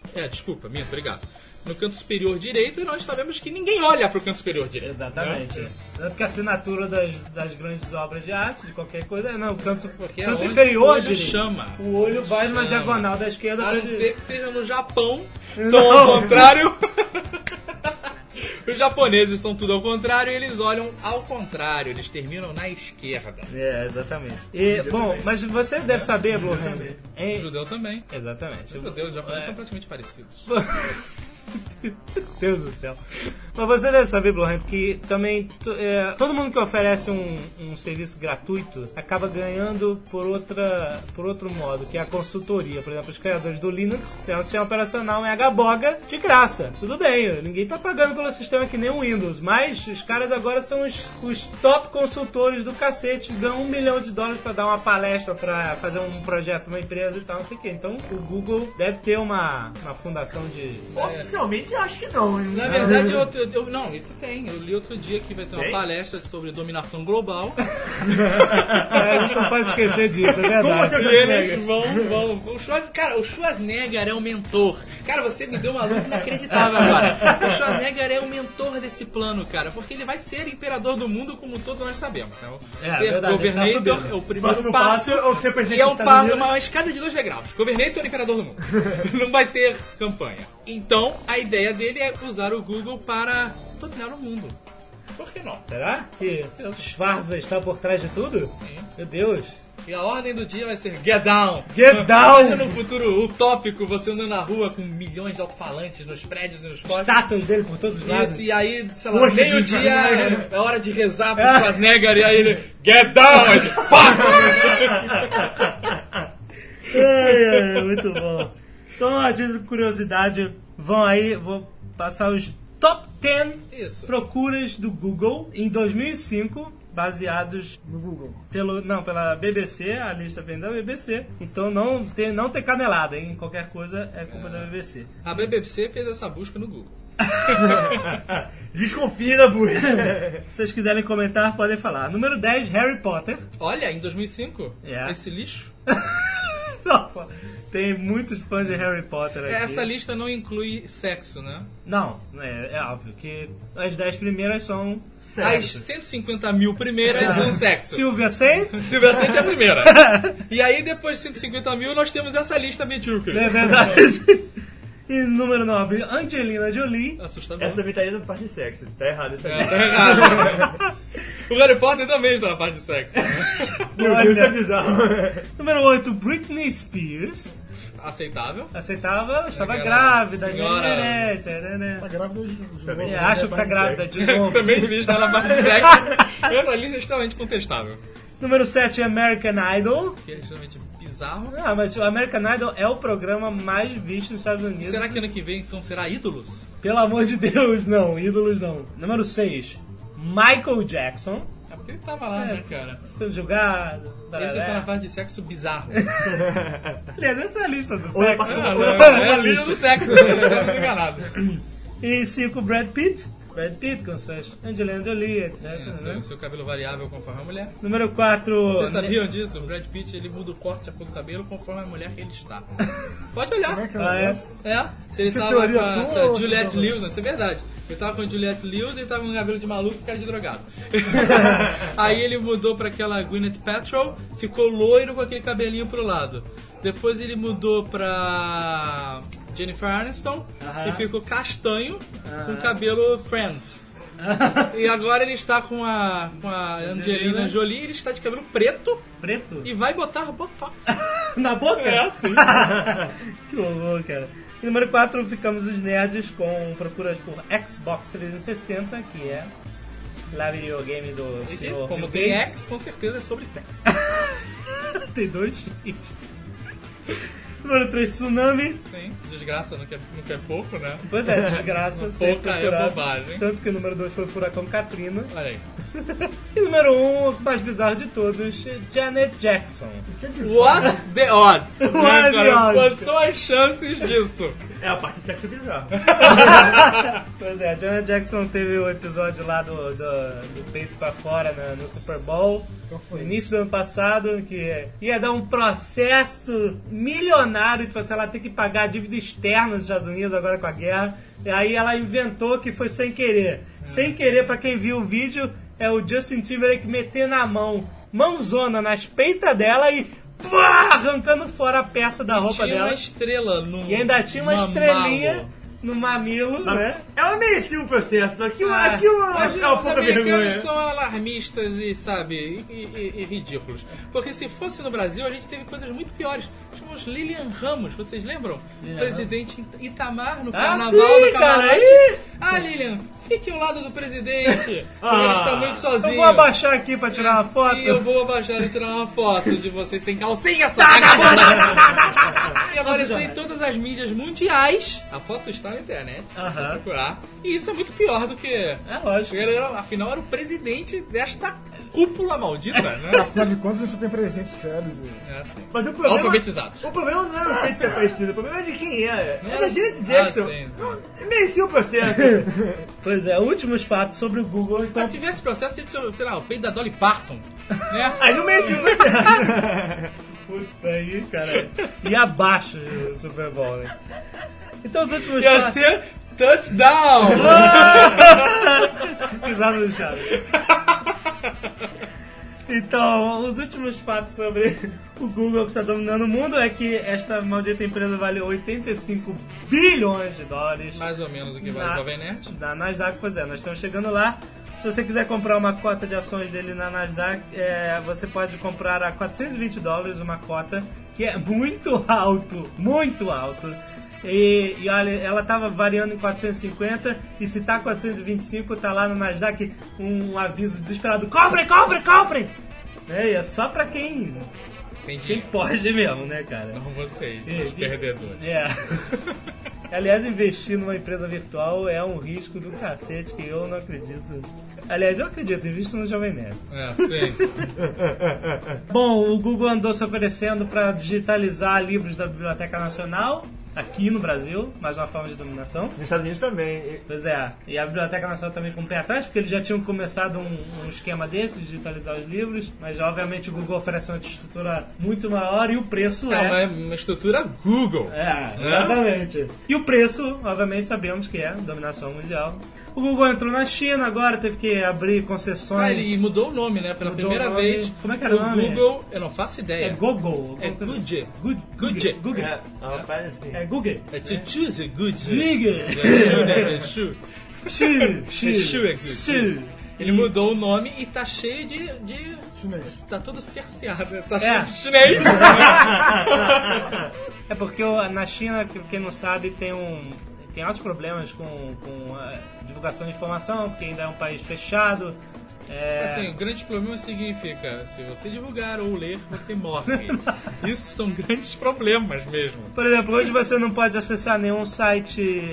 Speaker 5: que... É, desculpa, minha, obrigado. No canto superior direito e nós sabemos que ninguém olha pro canto superior direito.
Speaker 7: Exatamente.
Speaker 10: É.
Speaker 7: Tanto que a assinatura das, das grandes obras de arte, de qualquer coisa, é não, o canto,
Speaker 5: Porque é
Speaker 7: canto
Speaker 5: onde o
Speaker 7: inferior
Speaker 5: olho
Speaker 7: direito.
Speaker 5: chama.
Speaker 7: O olho vai na
Speaker 5: Chama.
Speaker 7: diagonal da esquerda
Speaker 5: A
Speaker 7: pra
Speaker 5: não
Speaker 7: direita.
Speaker 5: ser que seja no Japão, são ao contrário. Os japoneses são tudo ao contrário, eles olham ao contrário, eles terminam na esquerda.
Speaker 7: É, exatamente. E, bom, mas você
Speaker 10: É.
Speaker 7: deve saber, Blue
Speaker 5: O
Speaker 7: é,
Speaker 5: judeu também.
Speaker 7: Exatamente. É.
Speaker 5: Os judeus e os japoneses são praticamente parecidos.
Speaker 7: Meu Deus do céu. Mas você deve saber, Blohan, que também to- é, todo mundo que oferece um, um serviço gratuito acaba ganhando por, outra, por outro modo, que é a consultoria. Por exemplo, os criadores do Linux têm um sistema operacional em Agaboga de graça. Tudo bem, ninguém tá pagando pelo sistema que nem o Windows, mas os caras agora são os, os top consultores do cacete, ganham um milhão de dólares para dar uma palestra, para fazer um projeto, pra uma empresa e tal, não sei o quê. Então o Google deve ter uma, uma fundação de
Speaker 10: É. Oficialmente eu acho que não. hein?
Speaker 5: Na
Speaker 7: é.
Speaker 5: verdade, eu, eu- eu- não, isso tem. Eu li outro dia que vai ter uma
Speaker 10: Tem?
Speaker 5: palestra sobre dominação global.
Speaker 7: É, a gente não pode esquecer disso, é
Speaker 10: Como
Speaker 7: verdade.
Speaker 10: você
Speaker 5: e
Speaker 10: consegue?
Speaker 5: eles vão, vão. O Schwarzenegger, cara, o Schwarzenegger é o mentor. Cara, você me deu uma luz inacreditável agora. O Schwarzenegger é o mentor desse plano, cara, porque ele vai ser imperador do mundo como todos nós sabemos. Então,
Speaker 7: É,
Speaker 5: ser
Speaker 7: verdade, ele tá
Speaker 5: governator
Speaker 7: subindo.
Speaker 5: é o primeiro
Speaker 10: Próximo
Speaker 5: passo.
Speaker 10: passo é o ser presidente
Speaker 5: E é um
Speaker 10: dos Estados
Speaker 5: passo,
Speaker 10: Unidos.
Speaker 5: uma escada de dois degraus. Governator e imperador do mundo. Não vai ter campanha. Então, a ideia dele é usar o Google para dominar o mundo. Por que não?
Speaker 7: Será que Schwarza está por trás de tudo? Sim. Meu Deus.
Speaker 5: E a ordem do dia vai ser Get Down!
Speaker 7: Get down!
Speaker 5: Imagina no futuro utópico, você andando na rua com milhões de alto-falantes nos prédios e nos postes.
Speaker 7: Estátuas dele por todos os lados.
Speaker 5: Isso, e aí, sei lá,
Speaker 10: Hoje
Speaker 5: meio-dia
Speaker 10: de manhã.
Speaker 5: é a hora de rezar pro
Speaker 7: É.
Speaker 5: Schwarzenegger e aí ele Get Down! Ele,
Speaker 7: Ai, ai, muito bom. Então, a título de curiosidade, vão aí, vou passar os top 10
Speaker 5: Isso.
Speaker 7: procuras do Google em 2005, baseados
Speaker 3: no Google.
Speaker 7: pelo, não, pela BBC, a lista vem da BBC. Então, não ter, não ter canelada, hein? Qualquer coisa é culpa da BBC.
Speaker 5: A BBC fez essa busca no Google.
Speaker 10: Desconfia da bucha.
Speaker 7: Se vocês quiserem comentar, podem falar. Número 10, Harry Potter.
Speaker 5: Olha, em 2005,
Speaker 7: É.
Speaker 5: esse lixo.
Speaker 7: Não, pô. Tem muitos fãs de Harry Potter É aqui.
Speaker 5: Essa lista não inclui sexo, né?
Speaker 7: Não, é, é óbvio que as 10 primeiras são
Speaker 5: As 150 mil
Speaker 7: É.
Speaker 5: primeiras são sexo.
Speaker 7: Silvia Saint,
Speaker 5: Silvia Sente é a primeira. E aí, depois de 150 mil, nós temos essa lista medíocre.
Speaker 7: é verdade. E número 9, Angelina Jolie.
Speaker 5: Assustador.
Speaker 10: Essa vitaiada é da parte de sexo. Tá errado isso
Speaker 5: É,
Speaker 10: aí.
Speaker 5: tá errado. O Harry Potter também está na parte de sexo.
Speaker 10: Meu
Speaker 7: Olha.
Speaker 10: Deus, isso é bizarro.
Speaker 7: Número 8, Britney Spears.
Speaker 5: Aceitável.
Speaker 7: Aceitava, estava
Speaker 5: Aquela
Speaker 7: grávida.
Speaker 5: senhora-
Speaker 7: né, né, né, né.
Speaker 3: Tá grávida hoje. hoje
Speaker 10: Também.
Speaker 7: É,
Speaker 3: eu vou-
Speaker 7: acho que tá grávida de novo.
Speaker 5: Também devia estar na parte de sexo. Essa lista é extremamente contestável.
Speaker 7: Número 7, American Idol.
Speaker 5: Que é extremamente bizarro. né?
Speaker 7: Ah, mas o American Idol é o programa mais visto nos Estados Unidos.
Speaker 5: Será que ano que vem, então, será ídolos?
Speaker 7: Pelo amor de Deus, não. Ídolos, não. Número 6, Michael Jackson.
Speaker 5: É Tá, porque ele tava lá, né, cara?
Speaker 7: Sendo julgado.
Speaker 5: Esse está na
Speaker 7: tarará.
Speaker 5: parte de sexo bizarro.
Speaker 7: Aliás, essa é a lista do
Speaker 10: Olha,
Speaker 7: sexo.
Speaker 5: Ah,
Speaker 10: Ah,
Speaker 5: não,
Speaker 10: não,
Speaker 5: é a lista do sexo. tá Estamos enganados.
Speaker 7: E 5, Brad Pitt. Brad Pitt com suas Angelina Jolie, etc.
Speaker 5: É,
Speaker 7: né?
Speaker 5: seu, seu cabelo variável conforme a mulher.
Speaker 7: Número 4.
Speaker 5: Vocês sabiam disso? O Brad Pitt ele muda o corte de acordo com o cabelo conforme a mulher que ele está. Pode olhar.
Speaker 3: Como é que
Speaker 7: Ah,
Speaker 3: é?
Speaker 7: é?
Speaker 3: isso?
Speaker 5: É, se ele
Speaker 3: Isso é
Speaker 5: tava
Speaker 3: teoria
Speaker 5: com a,
Speaker 3: tua
Speaker 5: se a
Speaker 3: ou
Speaker 5: Juliette
Speaker 3: você tá
Speaker 5: Lewis, isso é verdade. Ele tava com a Juliette Lewis e tava com um cabelo de maluco e cara de drogado. Aí ele mudou pra aquela Gwyneth Paltrow, ficou loiro com aquele cabelinho pro lado. Depois ele mudou pra Jennifer Aniston
Speaker 7: Aham.
Speaker 5: e ficou castanho com cabelo Friends. e agora ele está com a, com a Angelina
Speaker 7: Angelina.
Speaker 5: Jolie, ele está de cabelo preto
Speaker 7: Preto?
Speaker 5: e vai botar botox.
Speaker 7: Na boca?
Speaker 5: É,
Speaker 7: que horror, cara. E número 4, ficamos os nerds com procuras por Xbox 360, que é lá videogame do
Speaker 5: E,
Speaker 7: senhor
Speaker 5: como
Speaker 7: Bill
Speaker 5: tem
Speaker 7: Gates.
Speaker 5: ex, com certeza é sobre sexo.
Speaker 7: Tem dois X. Número 3, Tsunami.
Speaker 5: Sim, desgraça nunca é, nunca é pouco, né?
Speaker 7: Pois é, desgraça. sempre
Speaker 5: Pouca é
Speaker 7: procurado.
Speaker 5: bobagem.
Speaker 7: Tanto que o número 2 foi o Furacão Katrina.
Speaker 5: Olha aí.
Speaker 7: E número 1, um, o mais bizarro de todos, Janet Jackson.
Speaker 5: What the odds? Né,
Speaker 7: What the
Speaker 5: cara? Quais
Speaker 7: odds?
Speaker 5: são as chances disso?
Speaker 10: É a parte de sexo bizarro.
Speaker 7: Pois é, Janet Jackson teve o episódio lá do, do, do peito pra fora na- no Super Bowl. No início do ano passado, que ia dar um processo milionário, tipo assim, ela tem que pagar a dívida externa dos Estados Unidos agora com a guerra. E aí ela inventou que foi sem querer. Sem querer, pra quem viu o vídeo, é o Justin Timberlake meter na mão, mãozona nas peitas dela e pá, arrancando fora a peça da roupa
Speaker 5: tinha
Speaker 7: dela.
Speaker 5: uma estrela no.
Speaker 7: E ainda tinha uma
Speaker 5: mamalo.
Speaker 7: estrelinha no mamilo, né?
Speaker 10: Ela merecia Tá um processo, aqui o
Speaker 7: Ah,
Speaker 10: aqui o
Speaker 5: Mas
Speaker 10: aqui é uma
Speaker 5: os
Speaker 10: puta vergonha.
Speaker 5: americanos são alarmistas e, sabe, e, e- e ridículos. Porque se fosse no Brasil, a gente teve coisas muito piores. Tivemos Lilian Ramos, vocês lembram? Presidente It- Itamar no carnaval,
Speaker 7: Ah, sim,
Speaker 5: no camarote.
Speaker 7: cara, aí-
Speaker 5: Ah, Lilian, fique ao lado do presidente.
Speaker 10: Ah,
Speaker 5: ele está muito sozinho.
Speaker 7: Eu vou abaixar aqui pra tirar uma foto.
Speaker 5: E eu vou abaixar e tirar uma foto de vocês sem calcinha, sua
Speaker 7: Tá,
Speaker 5: vagabunda! E apareceu em todas as mídias mundiais. A foto está na internet. é só
Speaker 7: Aham.
Speaker 5: procurar. E isso é muito pior do que.
Speaker 7: É lógico.
Speaker 5: Ele era- afinal, era o presidente desta cúpula maldita, né?
Speaker 3: Afinal de contas, você tem presentes sérios. e-
Speaker 5: É assim.
Speaker 10: Mas o problema.
Speaker 5: Alfabetizados.
Speaker 10: O problema não era o feito ter aparecido, o problema é de quem era.
Speaker 5: Não
Speaker 10: Era
Speaker 5: era-
Speaker 10: Janet
Speaker 5: Ah,
Speaker 10: Jackson.
Speaker 5: sim, sim.
Speaker 10: Não, merecia o processo.
Speaker 7: Pois é, últimos fatos sobre o Google, então.
Speaker 5: Mas se tivesse processo, teria que ser, sei lá, o peito da Dolly Parton. né?
Speaker 10: Aí não merecia o processo.
Speaker 7: Puta aí, cara. E abaixo o Super Bowl, né? Então os últimos
Speaker 5: Ia
Speaker 7: fatos.
Speaker 5: ser touchdown!
Speaker 7: Pisado no chão. Então, os últimos fatos sobre o Google que está dominando o mundo é que esta maldita empresa vale 85 bilhões de dólares.
Speaker 5: Mais ou menos o que vale
Speaker 7: Na-
Speaker 5: o Jovem Nerd.
Speaker 7: Da Nasdaq, pois é, nós estamos chegando lá. Se você quiser comprar uma cota de ações dele na Nasdaq, é, você pode comprar a 420 dólares uma cota, que é muito alto, muito alto. E, e olha, ela estava variando em 450 e se tá 425, tá lá na Nasdaq um aviso desesperado: comprem, comprem, comprem! Né? E é só pra quem, quem
Speaker 5: Entendi.
Speaker 7: pode mesmo, né, cara?
Speaker 5: Não vocês, os
Speaker 7: Entendi.
Speaker 5: perdedores.
Speaker 7: É. Aliás, investir numa empresa virtual é um risco do cacete que eu não acredito. Aliás, eu acredito, invisto no Jovem Nerd.
Speaker 5: É, sim.
Speaker 7: Bom, o Google andou se oferecendo para digitalizar livros da Biblioteca Nacional aqui no Brasil, mais uma forma de dominação.
Speaker 10: Nos Estados Unidos também.
Speaker 7: Pois é, e a Biblioteca Nacional também com o pé atrás, porque eles já tinham começado um, um esquema desse, de digitalizar os livros, mas obviamente o Google oferece uma estrutura muito maior e o preço é...
Speaker 5: É uma, uma estrutura Google.
Speaker 7: É, exatamente. E o preço, obviamente, sabemos que é dominação mundial. O Google entrou na China agora, teve que abrir concessões.
Speaker 5: Ah, ele mudou o nome, né? Pela
Speaker 7: Mudou
Speaker 5: primeira
Speaker 7: o nome.
Speaker 5: vez.
Speaker 7: Como é que era o nome?
Speaker 5: Google, eu não faço ideia.
Speaker 7: É Google.
Speaker 5: É
Speaker 7: alguma coisa
Speaker 5: Google.
Speaker 7: assim. Good-
Speaker 5: Google.
Speaker 7: Google. Google.
Speaker 10: É, uma parada assim.
Speaker 7: É Google.
Speaker 5: É to choose a good.
Speaker 7: Google.
Speaker 5: É shoe.
Speaker 7: Xi,
Speaker 5: É
Speaker 7: xi,
Speaker 5: shoe, é good.
Speaker 7: xi.
Speaker 5: Ele mudou o nome e tá cheio de. de-
Speaker 3: Chinês.
Speaker 5: Tá todo cerceado, né? Tá
Speaker 7: É.
Speaker 5: cheio de chinês.
Speaker 7: É porque o- na China, que- quem não sabe, tem um tem altos problemas com, com a divulgação de informação, porque ainda é um país fechado. É,
Speaker 5: Assim, o grande problema significa: se você divulgar ou ler, você morre. Isso são grandes problemas mesmo.
Speaker 7: Por exemplo, hoje você não pode acessar nenhum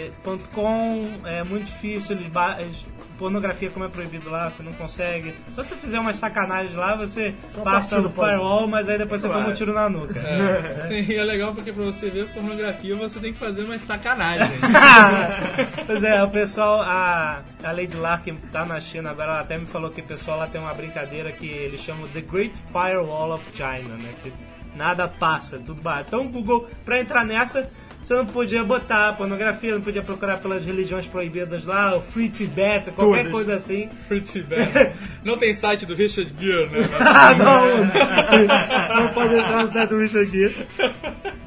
Speaker 7: site.com, é muito difícil, eles ba- eles- pornografia como é proibido lá, você não consegue. Só se você fizer umas sacanagens lá, você
Speaker 3: Só
Speaker 7: passa
Speaker 3: tiro
Speaker 7: no
Speaker 3: pode.
Speaker 7: firewall, mas aí depois você
Speaker 10: Claro.
Speaker 7: toma um tiro na nuca.
Speaker 5: É. E é legal porque pra você ver pornografia você tem que fazer umas sacanagens.
Speaker 7: pois é, o pessoal, a, a Lady Larkin tá na China agora, ela até me falou que o pessoal lá tem uma brincadeira que eles chamam The Great Firewall of China, né? Que nada passa, tudo barato. Então o Google, pra entrar nessa, você não podia botar pornografia, não podia procurar pelas religiões proibidas lá, o Free Tibet, qualquer
Speaker 10: Todas.
Speaker 7: coisa assim.
Speaker 5: Pretty bad. Não tem site do Richard Gere, né?
Speaker 7: Ah, não! Não pode entrar no site do bicho aqui.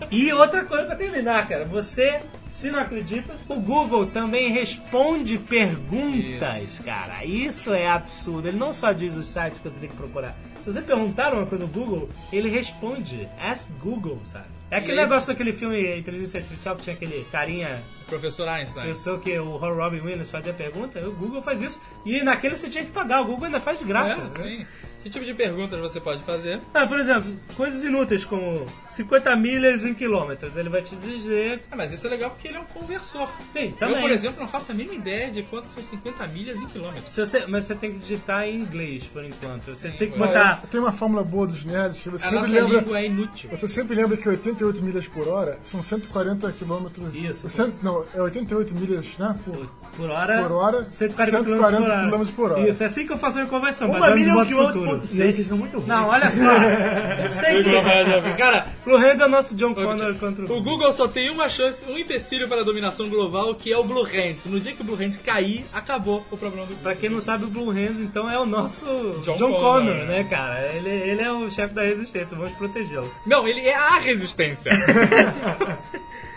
Speaker 7: E outra coisa pra terminar, cara. Você, se não acredita, o Google também responde perguntas, cara. Isso é absurdo. Ele não só diz os sites que você tem que procurar. Se você perguntar uma coisa no Google, ele responde. Ask Google, sabe? É aquele
Speaker 5: E aí?
Speaker 7: negócio daquele filme Inteligência Artificial que tinha aquele carinha
Speaker 5: Professor Einstein.
Speaker 7: Pensou que o Robin Williams fazia pergunta, o Google faz isso. E naquele você tinha que pagar, o Google ainda faz de graça. né?
Speaker 5: É, sim. Que tipo de perguntas você pode fazer?
Speaker 7: Ah, por exemplo, coisas inúteis como 50 milhas em quilômetros. Ele vai te dizer.
Speaker 5: Ah, mas isso é legal porque ele é um conversor.
Speaker 7: Sim, também.
Speaker 5: Eu, por exemplo, não faço a mínima ideia de quanto são 50 milhas em quilômetros.
Speaker 7: Se você, mas você tem que digitar em inglês por enquanto. Você tem que
Speaker 5: Vai.
Speaker 7: botar.
Speaker 3: Tem uma fórmula boa dos nerds que você
Speaker 5: A
Speaker 3: sempre
Speaker 5: nossa
Speaker 3: lembra.
Speaker 5: língua é inútil.
Speaker 3: Você sempre lembra que 88 milhas por hora são 140 quilômetros.
Speaker 7: Isso.
Speaker 3: Cento- não, é 88 milhas, né? Por,
Speaker 7: Por hora.
Speaker 3: Por hora,
Speaker 7: 140
Speaker 3: 140
Speaker 7: quilômetros por hora.
Speaker 3: quilômetros por hora.
Speaker 7: Isso, é assim que eu faço a minha conversão.
Speaker 10: Uma
Speaker 7: baseado no
Speaker 10: milha é um
Speaker 7: voto
Speaker 10: quilômetro
Speaker 7: futuro.
Speaker 10: 6, vocês são muito ruins.
Speaker 7: Não, olha só. Eu sei que Ah,
Speaker 5: Cara,
Speaker 7: pro rei do é nosso John
Speaker 5: Ô,
Speaker 7: Connor
Speaker 5: Vitinho,
Speaker 7: contra o.
Speaker 5: O Google só tem uma chance, um empecilho para a dominação global, que é o Blue Hands. No dia que o Blue Hands cair, acabou o problema do
Speaker 7: Pra quem não sabe, o Blue Hands então é o nosso
Speaker 5: John
Speaker 7: John,
Speaker 5: Connor,
Speaker 7: Connor,
Speaker 5: né?
Speaker 7: né, cara? Ele, ele é o chefe da resistência, vamos protegê-lo.
Speaker 5: Não, ele é a resistência.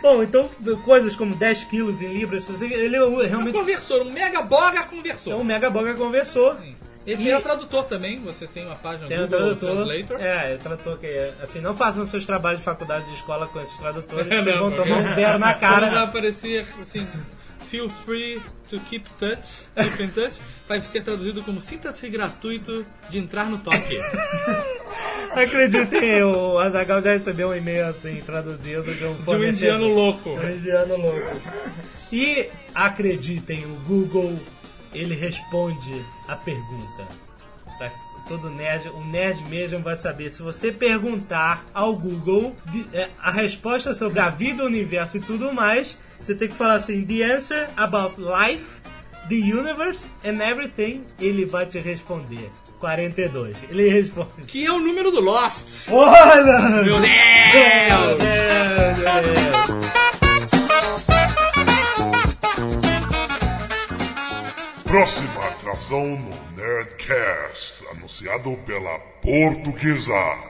Speaker 7: Bom, então do- coisas como 10 quilos em libras, se você- ele é o-
Speaker 5: um
Speaker 7: realmente
Speaker 5: conversor, um mega boga
Speaker 7: é um
Speaker 5: conversor.
Speaker 7: mega boga conversor.
Speaker 5: Ele vira tradutor também, você tem uma página
Speaker 7: Tem um
Speaker 5: do Google
Speaker 7: tradutor.
Speaker 5: Translator.
Speaker 7: É, é tradutor que é- assim, não façam seus trabalhos de faculdade de escola com esses tradutores,
Speaker 5: É,
Speaker 7: que vocês
Speaker 5: não,
Speaker 7: vão
Speaker 5: porque-
Speaker 7: tomar um zero na
Speaker 5: Só Vai
Speaker 7: cara.
Speaker 5: aparecer assim. Feel free to keep touch, keep in touch, vai ser traduzido como sinta-se gratuito de um entrar no toque.
Speaker 7: Acreditem, eu, o Azagal já recebeu um e-mail assim, traduzido de um
Speaker 5: de um indiano louco.
Speaker 7: Um indiano louco. E acreditem, o Google ele responde a pergunta. Pra Todo nerd, o nerd mesmo vai saber. Se você perguntar ao Google de- é, a resposta sobre a vida, o universo e tudo mais, você tem que falar assim: The answer about life, the universe and everything. Ele vai te responder. 42. Ele responde.
Speaker 5: Que é o número do Lost.
Speaker 7: Olha!
Speaker 5: Meu Deus!
Speaker 1: Próxima atração no Nerdcast, anunciado pela Portuguesa.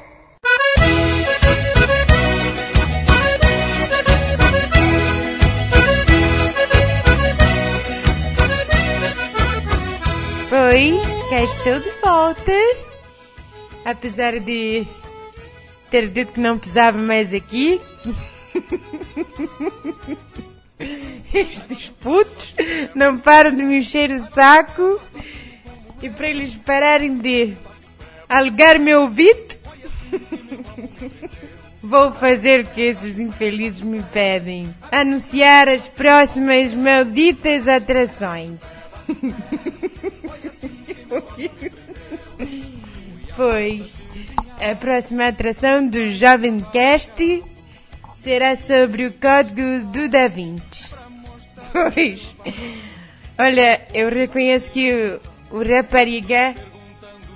Speaker 11: Pois, cá estou de volta. Apesar de ter dito que não pisava mais aqui. Estes putos não param de me encher o saco. E para eles pararem de alugar meu ouvido, vou fazer o que esses infelizes me pedem: anunciar as próximas malditas atrações. Pois, a próxima atração do Jovem Cast será sobre o código do Da Vinci. Pois, olha, eu reconheço que o, o rapariga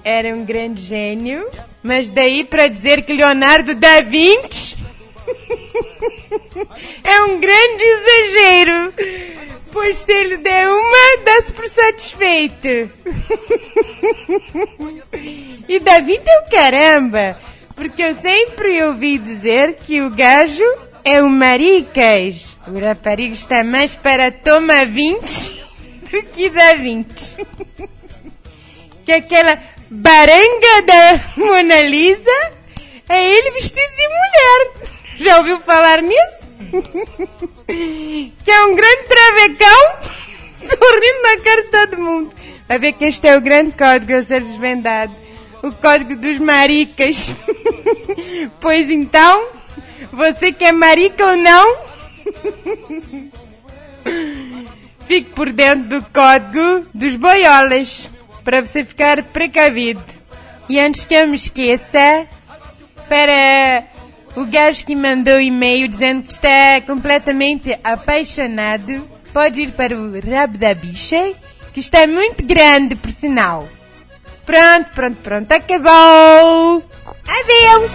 Speaker 11: era um grande gênio, mas daí para dizer que Leonardo da Vinci é um grande exagero, pois se ele der uma, dá-se por satisfeito. E Davi tem o caramba, porque eu sempre ouvi dizer que o gajo é o maricas. O rapariga está mais para toma 20 do que da 20. Que aquela baranga da Mona Lisa é ele vestido de mulher. Já ouviu falar nisso? que é um grande travecão sorrindo na cara de todo mundo. Vai ver que este é o grande código a ser desvendado. O código dos maricas. pois então, você que é marica ou não, fique por dentro do código dos boiolas. Para você ficar precavido. E antes que eu me esqueça, para é, o gajo que mandou e-mail dizendo que está completamente apaixonado, pode ir para o rabo da bicha, que está muito grande, por sinal. Pronto, pronto, pronto, acabou! Adeus!